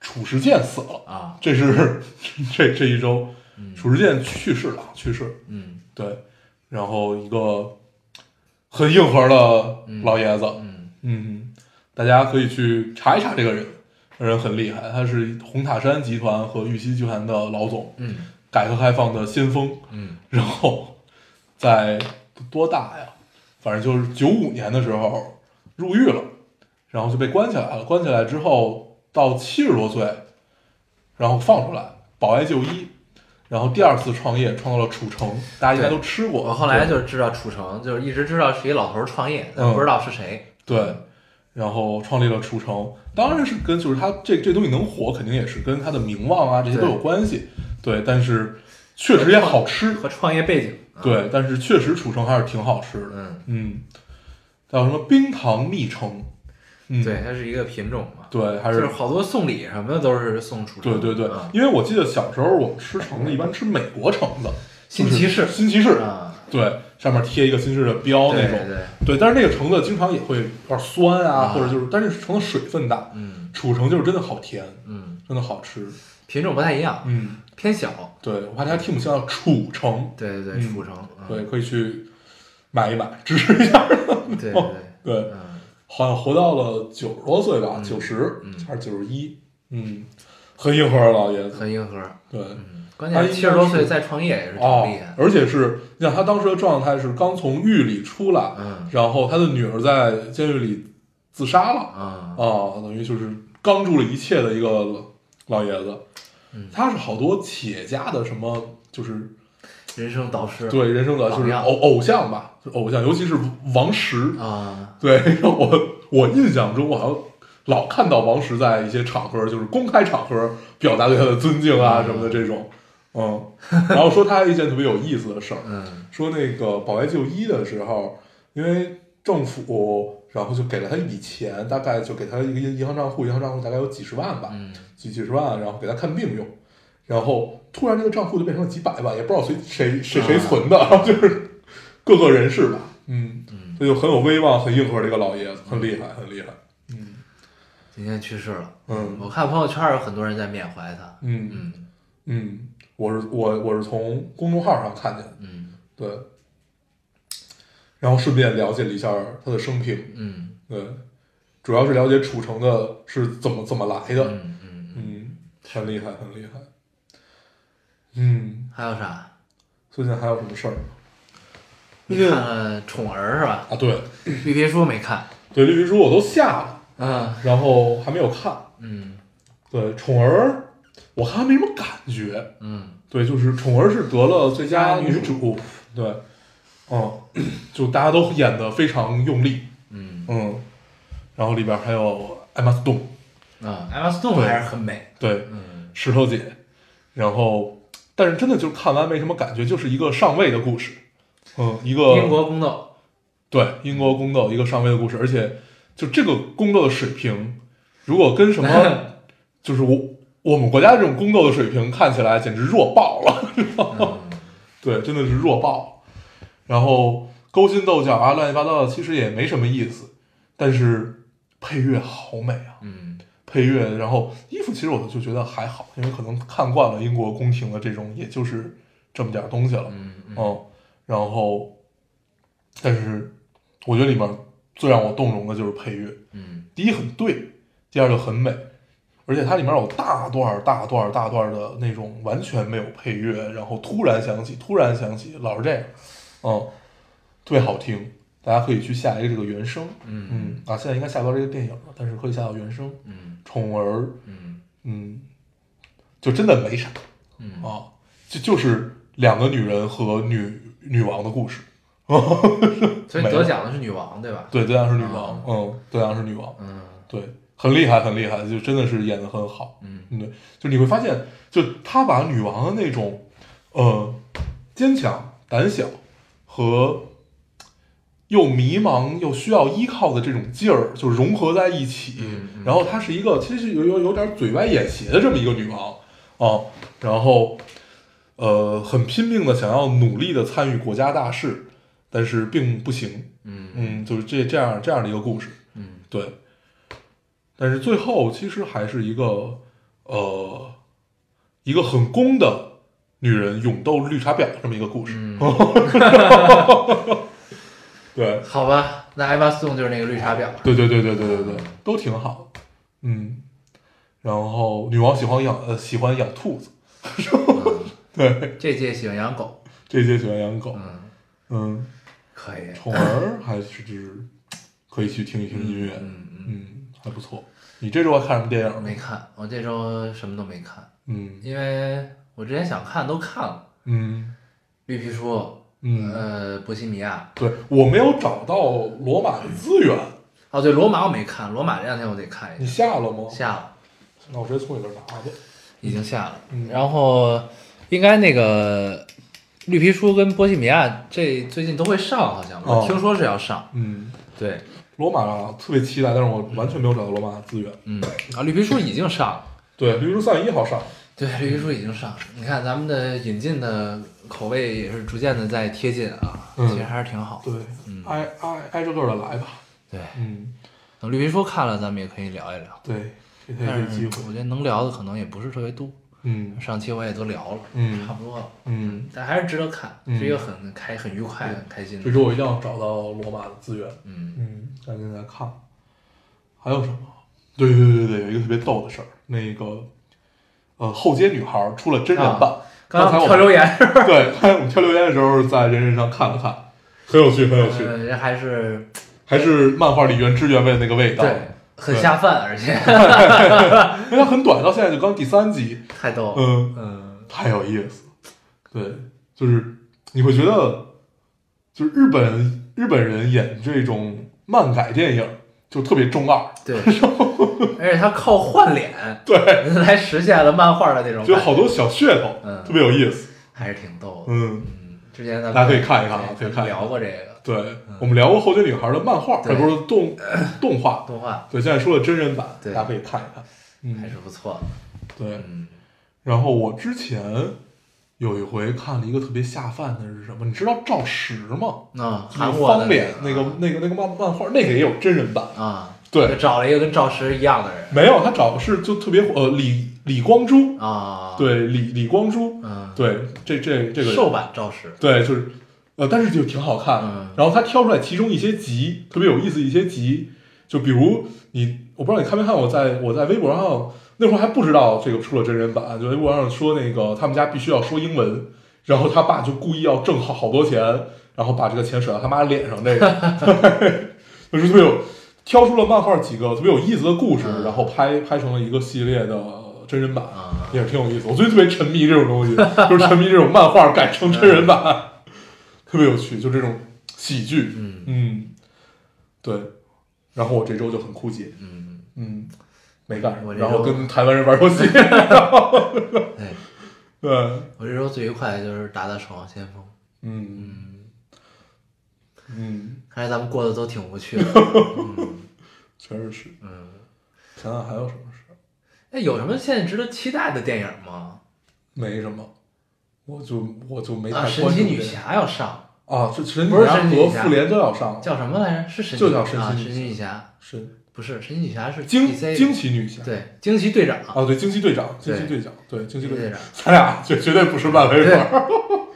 C: 褚时健死了，
B: 啊
C: 这是 这这一周
B: 嗯
C: 褚时健去世了，去世
B: 嗯
C: 对，然后一个很硬核的老爷子，
B: 嗯
C: 嗯，大家可以去查一查这个人，这人很厉害，他是红塔山集团和玉溪集团的老总，
B: 嗯
C: 改革开放的先锋。
B: 嗯
C: 然后在多大呀？反正就是九五年的时候入狱了，然后就被关起来了。关起来之后到七十多岁，然后放出来，保外就医，然后第二次创业创造了褚橙，大家应该都吃过。
B: 我后来
C: 对
B: 就知道楚成，就是一直知道是一老头儿创业，
C: 嗯
B: 但不知道是谁。
C: 对，然后创立了楚城，当然是跟就是他这这东西能火，肯定也是跟他的名望啊这些都有关系，对，但是确实也好吃，
B: 和创业背景，啊，
C: 对，但是确实楚城还是挺好吃的，
B: 嗯，
C: 嗯，叫什么冰糖蜜橙，嗯，
B: 对，它是一个品种嘛，
C: 对，还
B: 就是是好多送礼什么的都是送楚
C: 对
B: 城，
C: 对对
B: 啊，
C: 因为我记得小时候我们吃橙子一般吃美国橙子，
B: 新骑士
C: 新骑士，
B: 啊，
C: 对，上面贴一个新式的标那
B: 对
C: 种，
B: 对对，
C: 对，但是那个橙子经常也会有点酸啊，
B: 啊
C: 或者就是，但是橙子水分大，
B: 嗯
C: 楚橙就是真的好甜，
B: 嗯，
C: 真的好吃。
B: 品种不太一样，
C: 嗯，
B: 偏小，
C: 对，我怕大家听不清，楚橙，
B: 对对对，
C: 嗯
B: 楚城，嗯
C: 对，可以去买一买，支持一下。
B: 对对
C: 哦
B: 对，
C: 对，
B: 嗯，
C: 好像活到了九十多岁吧，
B: 嗯
C: 九十、
B: 嗯
C: 还是九十一，嗯，很硬核老爷子。
B: 很硬核，
C: 对，
B: 嗯，关
C: 他
B: 键
C: 应
B: 七
C: 该
B: 十多岁
C: 是
B: 再创业也是挺
C: 哎哦
B: 厉害，的，
C: 而且是，你想他当时的状态是刚从狱里出来，
B: 嗯
C: 然后他的女儿在监狱里自杀了。
B: 啊，
C: 啊，等于就是刚住了一切的一个老爷子
B: 嗯。
C: 他是好多企业家的什么，就是
B: 人生导师，
C: 对人生的就
B: 榜
C: 是
B: 样
C: 偶偶像吧，就是偶像，尤其是王石。
B: 啊，
C: 对， 我我印象中我好像老看到王石在一些场合，就是公开场合表达对他的尊敬
B: 嗯
C: 啊什么的这种。嗯，然后说他还有一件特别有意思的事儿，
B: 嗯
C: 说那个保外就医的时候，因为政府然后就给了他一笔钱，大概就给他一个银银行账户，银行账户大概有几十万吧，
B: 嗯
C: 几几十万，啊然后给他看病用。然后突然这个账户就变成了几百万，也不知道谁谁谁谁
B: 啊
C: 存的，然后就是各个人士吧，嗯，
B: 嗯，
C: 这就很有威望、很硬核的一个老爷子，很厉害，很厉害，嗯
B: 今天去世了，
C: 嗯
B: 我看朋友圈有很多人在缅怀他，
C: 嗯
B: 嗯
C: 嗯，我是我我是从公众号上看见的，
B: 嗯
C: 对，然后顺便了解了一下他的生平，
B: 嗯
C: 对，主要是了解楚城的是怎么怎么来的。
B: 嗯嗯，
C: 嗯，很厉害，很厉害。嗯，
B: 还有啥？
C: 最近还有什么事儿
B: 你看了《宠儿》是吧？
C: 啊？对，
B: 绿皮书没看，
C: 对，绿皮书我都下了，
B: 嗯
C: 然后还没有看。
B: 嗯
C: 对，宠儿，我看还没什么感觉。
B: 嗯
C: 对，就是宠儿是得了最
B: 佳
C: 佳
B: 女
C: 女主，对，嗯， 就大家都演得非常用力，
B: 嗯
C: 嗯，然后里边还有艾玛斯东，
B: 啊，艾玛斯顿还是很美，
C: 对，
B: 嗯
C: 石头姐，然后但是真的就是看完没什么感觉，就是一个上位的故事，嗯，一个
B: 英国宫斗，
C: 对英国宫斗一个上位的故事，而且就这个宫斗的水平，如果跟什么就是我我们国家这种宫斗的水平看起来简直弱爆了，
B: 嗯
C: 对，真的是弱爆了，然后勾心斗角啊乱七八糟的其实也没什么意思，但是配乐好美啊。
B: 嗯
C: 配乐，然后衣服其实我就觉得还好，因为可能看惯了英国宫廷的这种，也就是这么点儿东西了，
B: 嗯嗯
C: 嗯，然后，但是我觉得里面最让我动容的就是配乐，
B: 嗯
C: 第一很对，第二就很美，而且它里面有大段儿、大段儿、大段儿的那种完全没有配乐，然后突然响起，突然响起，老是这样，嗯，特别好听，大家可以去下一个这个原声，
B: 嗯
C: 嗯，啊，现在应该下不到这个电影了，但是可以下到原声，
B: 嗯
C: 宠儿。
B: 嗯
C: 嗯，就真的没啥
B: 嗯，
C: 啊，就就是两个女人和女女王的故事。
B: 所以得奖的是女王对吧？
C: 对，对岸是女王，嗯，对岸是女王，
B: 嗯
C: 对，很厉害，很厉害，就真的是演的很好。
B: 嗯
C: 嗯，对，就你会发现，就他把女王的那种，呃，坚强、胆小和又迷茫又需要依靠的这种劲儿，就融合在一起。
B: 嗯嗯
C: 然后她是一个其实有有有点嘴歪眼斜的这么一个女王啊，然后呃，很拼命的想要努力的参与国家大事，但是并不行。
B: 嗯
C: 嗯，就是这这样这样的一个故事。
B: 嗯
C: 对，但是最后其实还是一个呃，一个很攻的女人勇斗绿茶婊这么一个故事。
B: 嗯，
C: 对，
B: 好吧，那艾玛斯顿就是那个绿茶婊，
C: 对对对对对对对，都挺好的。嗯，然后女王喜欢养呃喜欢养兔子，对，
B: 嗯这届喜欢养狗，
C: 这些喜欢养狗。
B: 嗯，
C: 嗯，
B: 可以，
C: 宠儿还是就是 可以去听一听音乐，
B: 嗯嗯。
C: 嗯，还不错。你这周还看什么电影
B: 没
C: 没？
B: 看，我这周什么都没看，
C: 嗯
B: 因为我之前想看都看了，《
C: 嗯
B: 绿皮书》
C: 嗯，
B: 呃，《波西米亚
C: 对我没有找到罗马的资源，》
B: 哦，对，罗马我没看，罗马这两天我得看一
C: 你
B: 下，
C: 下了吗？
B: 下了，
C: 那我直接从你这儿拿吧。
B: 已经下了。
C: 嗯
B: 然后应该那个绿皮书跟波西米亚这最近都会上，好像我
C: 哦
B: 听说是要上。
C: 嗯，
B: 对，
C: 罗马啊，特别期待，但是我完全没有找到罗马的资源。
B: 嗯，啊，绿皮书已经上了。
C: 对，比如说三月一号上，
B: 对，绿皮书已经上了。
C: 嗯
B: 你看咱们的引进的口味也是逐渐的在贴近啊，
C: 嗯
B: 其实还是挺好。
C: 对，挨挨挨着个的来吧。
B: 对，
C: 嗯，
B: 等呃绿皮书看了，咱们也可以聊一聊。
C: 对，给他一
B: 但
C: 个
B: 是
C: 机会。
B: 我觉得能聊的可能也不是特别多。
C: 嗯
B: 上期我也都聊了，
C: 嗯
B: 差不多了，
C: 嗯，
B: 但还是值得看，
C: 嗯
B: 是一个很开、很愉快、
C: 对
B: 很开心
C: 这
B: 的。
C: 周我一定要找到罗马的资源。
B: 嗯，
C: 嗯，赶紧再看。还有什么？对对对对对，有一个特别逗的事儿，那个呃，后街女孩出了真人版。
B: 刚
C: 才
B: 才
C: 我
B: 跳
C: 们
B: 留言，
C: 对，刚才我们挑留言的时候，在人人上看了看，很有趣，很有趣，
B: 呃，人还是
C: 还是漫画里原汁原味的那个味道。
B: 对，很
C: 对
B: 下饭，而且
C: 因为它很短，到现在就刚第三集，
B: 太逗了。
C: 嗯，
B: 嗯，
C: 太有意思。对，就是你会觉得，就是日本日本人演这种漫改电影就特别中二，
B: 对，而且他靠换脸
C: 对，
B: 来实现了漫画的那种
C: 就
B: 感觉，
C: 好多小噱头，
B: 嗯
C: 特别有意思。
B: 还是挺逗的。
C: 嗯，
B: 嗯，之前咱们
C: 大家可以看一看啊
B: 对
C: 可以看一看
B: 聊过这个
C: 对，我们聊过《后街女孩》的漫画，
B: 嗯对
C: 不是动动画，
B: 动画，
C: 对，现在出了真人版，大
B: 对
C: 家可以看一看。
B: 还
C: 嗯，
B: 是不错的。
C: 对。
B: 嗯，
C: 然后我之前有一回看了一个特别下饭的是什么？你知道赵石吗？
B: 那
C: 那
B: 韩
C: 个
B: 国的
C: 方脸那个那个那个漫漫画，那个也有真人版。
B: 啊，就
C: 对，
B: 找了一个跟赵石一样的人
C: 没有他找的是就特别火呃李李光洙，
B: 啊，，
C: 对李李光洙，
B: 嗯，
C: 对这这这个
B: 瘦版赵石，
C: 对，就是，呃，但是就挺好看的。
B: 嗯
C: 然后他挑出来其中一些集特别有意思，一些集，就比如你，我不知道你看没看，我在我在微博上那会儿还不知道这个出了真人版，就微博上说那个他们家必须要说英文，然后他爸就故意要挣好好多钱，然后把这个钱甩到他妈脸上，这个 就是特别有挑出了漫画几个特别有意思的故事，
B: 嗯
C: 然后拍拍成了一个系列的真人版。
B: 啊，
C: 也是挺有意思。我最近特别沉迷这种东西， 就是沉迷这种漫画改成真人版，特别有趣，就这种喜剧。
B: 嗯
C: 嗯，对。然后我这周就很枯竭，
B: 嗯，
C: 嗯，没干什么，
B: 我这周
C: 然后跟台湾人玩 游戏。
B: 对
C: 对，
B: 嗯哎我这周最愉快的就是打打守望先锋，
C: 嗯
B: 嗯，
C: 嗯，
B: 看来咱们过得都挺无趣的， 嗯
C: 确实是。
B: 嗯，
C: 想想还有什么事儿？
B: 那有什么现在值得期待的电影吗？
C: 没什么，我就我就没太
B: 啊，
C: 关注
B: 神奇
C: 这
B: 女
C: 个
B: 侠要上，
C: 啊，这神奇
B: 不是
C: 女侠
B: 神奇
C: 和
B: 女侠
C: 复联都要上了，
B: 叫什么来着？是神奇
C: 就叫神奇
B: 啊
C: 女侠
B: 神奇女侠，
C: 神
B: 不是神奇女侠是
C: 惊
B: DC
C: 惊奇女侠。
B: 对惊奇队长，
C: 啊，对，惊奇队长，惊奇
B: 对
C: 队长，对，
B: 惊
C: 惊奇
B: 奇
C: 队
B: 队
C: 长
B: 长，
C: 咱俩绝绝对不是漫威粉儿，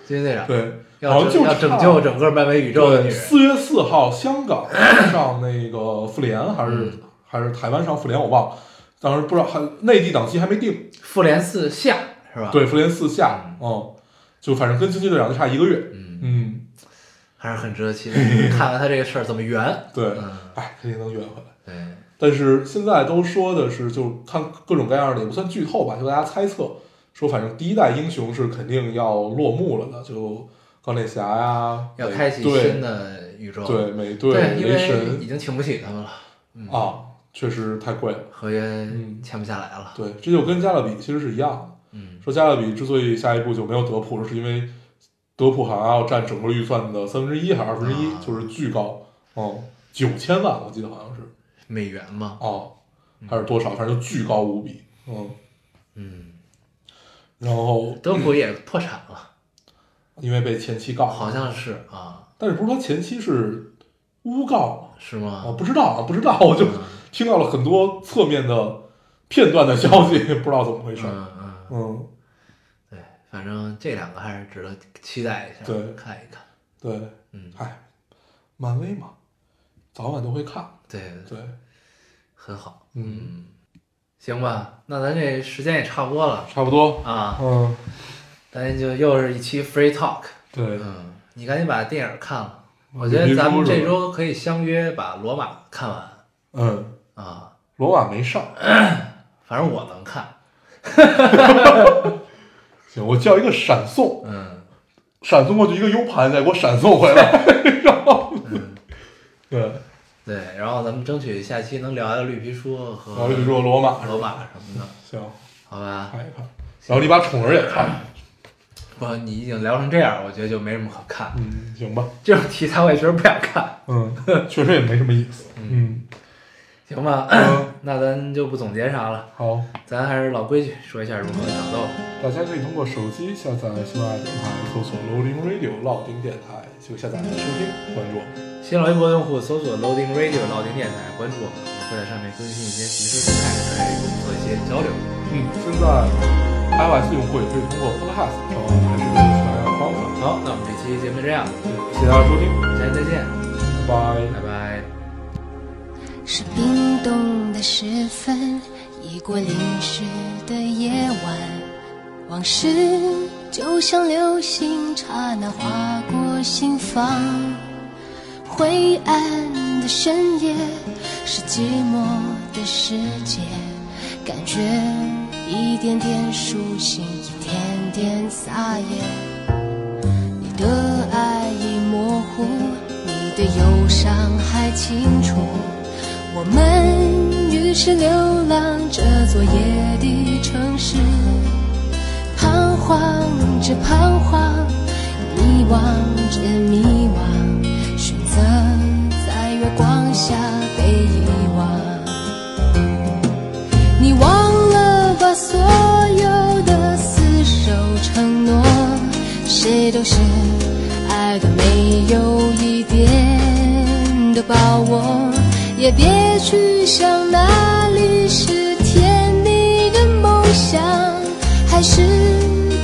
B: 惊奇队长，
C: 对，好
B: 要
C: 像
B: 拯
C: 就
B: 要拯救整个漫威宇宙的女
C: 对，
B: 人，
C: 四月四号香港上那个复联还是
B: 嗯
C: 还是台湾上复联，我忘了，当时不知道还内地档期还没定，
B: 复联四下是吧？，
C: 对，复联四下，嗯，就反正跟惊奇队长就差一个月，
B: 嗯，
C: 嗯，
B: 还是很值得期 待，看看他这个事儿怎么圆。
C: 对，
B: 嗯，
C: 哎，肯定能圆回来。
B: 对，
C: 但是现在都说的是，就看各种各样的，也不算剧透吧，就大家猜测说，反正第一代英雄是肯定要落幕了的，就钢铁侠呀，
B: 要
C: 美
B: 开启
C: 队
B: 新的宇宙。
C: 对，美队、
B: 对，因
C: 雷
B: 为
C: 神
B: 已经请不起他们了，嗯，
C: 啊，确实太贵了。
B: 合约
C: 嗯
B: 签不下来了。
C: 对，这就跟加勒比其实是一样的。
B: 嗯，
C: 说加勒比之所以下一步就没有德普，是因为德普好像要占整个预算的三分之一还是二分之一
B: 啊，
C: 就是巨高，哦、九千万我记得好像是
B: 美元嘛，
C: 哦，还是多少，反正就巨高无比。嗯，
B: 嗯，
C: 然后
B: 德普也破产了，
C: 因为被前妻告，
B: 好像是啊，
C: 但是不是他前妻是诬告
B: 是
C: 吗？啊，
B: 吗？
C: 不知道啊，不知道，我就
B: 嗯
C: 听到了很多侧面的片段的消息， 不知道怎么回事。
B: 嗯嗯，
C: 嗯，
B: 对，反正这两个还是值得期待一下，
C: 对
B: 看一看。
C: 对，
B: 嗯，
C: 嗨，哎漫威嘛，早晚都会看。
B: 对，
C: 对，
B: 很好。
C: 嗯，
B: 嗯，行吧，那咱这时间也差不多了
C: 差不多。
B: 啊，
C: 嗯，
B: 咱就又是一期 free talk。
C: 对，
B: 嗯，啊你赶紧把电影看了。我
C: 嗯
B: 觉
C: 别
B: 得咱们
C: 说
B: 这
C: 是吧
B: 周可以相约把《罗马》看完
C: 嗯，
B: 啊，
C: 罗马没上。
B: 反正我能看。
C: 行，我叫一个闪送，
B: 嗯，嗯
C: 闪送过去一个 U 盘，再给我闪送回来。然后，对，
B: 对，然后咱们争取下期能聊聊绿皮书
C: 然
B: 和
C: 后就说罗马，
B: 罗马什么的，
C: 行，
B: 好吧？
C: 看一看。然后你把宠儿也看，
B: 不，你已经聊成这样，我觉得就没什么可看。
C: 嗯，行吧，
B: 这种题材我也确实不想看，
C: 嗯，确实也没什么意思，嗯，
B: 行吧？
C: 嗯
B: 那咱就不总结啥了，
C: 好，
B: 咱还是老规矩，说一下如何打斗。
C: 大家可以通过手机下载喜马拉雅电台，搜索 Loading Radio 老丁电台就下载收听，关注我们。
B: 新浪微博用户搜索 Loading Radio 老丁电台，关注我们，我们会在上面更新一些即时动态，来跟我们做一些交流。
C: 嗯，现在 iOS 用户也可以通过 Podcast 上网来收听喜马拉雅的方法。
B: 好，那我们这期节目就这样，
C: 谢谢大家收听，
B: 下期再见，
C: 拜
B: 拜
C: 拜。
B: 拜。
D: 是冰冻的时分，已过淋湿的夜晚，往事就像流星刹那划过心房。灰暗的深夜，是寂寞的世界，感觉一点点苏醒，一点点撒野。你的爱已模糊，你的忧伤还清楚。我们于是流浪这座夜的城市，彷徨着彷徨，迷惘着迷惘，选择在月光下被遗忘。你忘了吧，所有的厮守承诺，谁都是爱的没有一点的把握，也别去想哪里是甜蜜的梦想，还是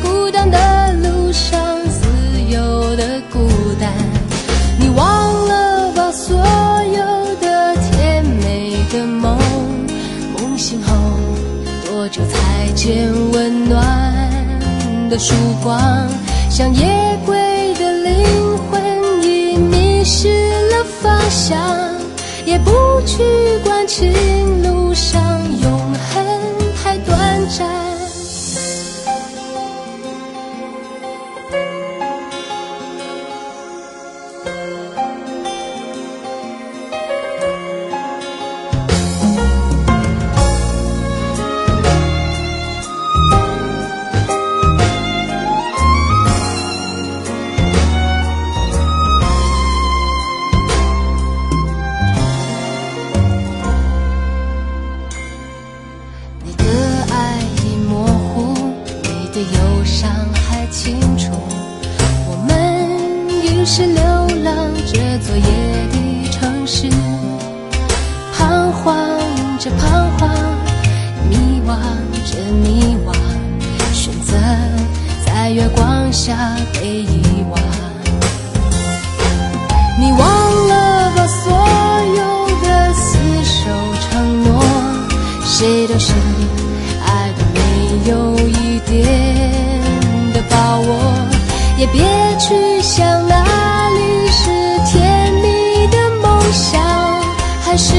D: 孤单的路上自由的孤单。你忘了吧，所有的甜美的梦。梦醒后多久才见温暖的曙光？像夜归的灵魂已迷失了方向，也不去管情路上永恒太短暂。你的爱已模糊，你的忧伤还清楚。我们于是流浪这座夜的城市，彷徨着彷徨，迷惘着迷惘，选择在月光下被遗忘。你忘了吧，所有的厮守承诺，谁都是爱的没有一点的把握，也别去想哪里是甜蜜的梦想，还是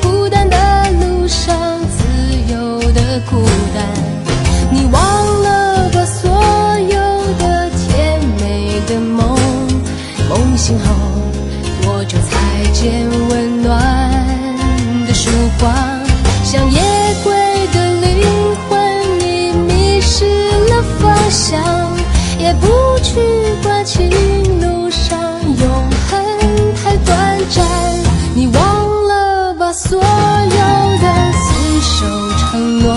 D: 孤单的路上自由的孤单。你忘了吧，所有的甜美的梦，梦醒后多久才见温暖的曙光？像夜归的灵魂，你迷失了方向，也不去管情路上永恒太短暂。你忘了吧，所有的厮守承诺，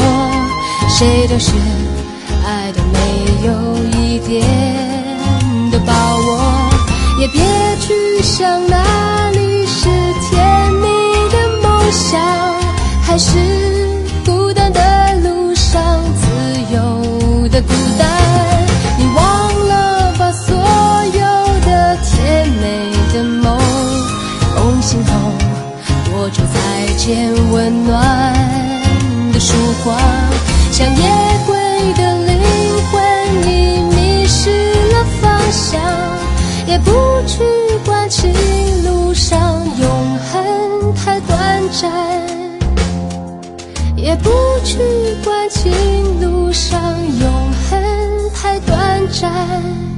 D: 谁都是爱的没有一点的把握，也别去想哪里是甜蜜的梦想，还是孤单的路上自由的孤单。你忘了吧，所有的甜美的梦，梦醒后多久才见温暖的曙光？像夜归的灵魂，你迷失了方向，也不去管情路上永恒太短暂。也不去管情路上永恒太短暂。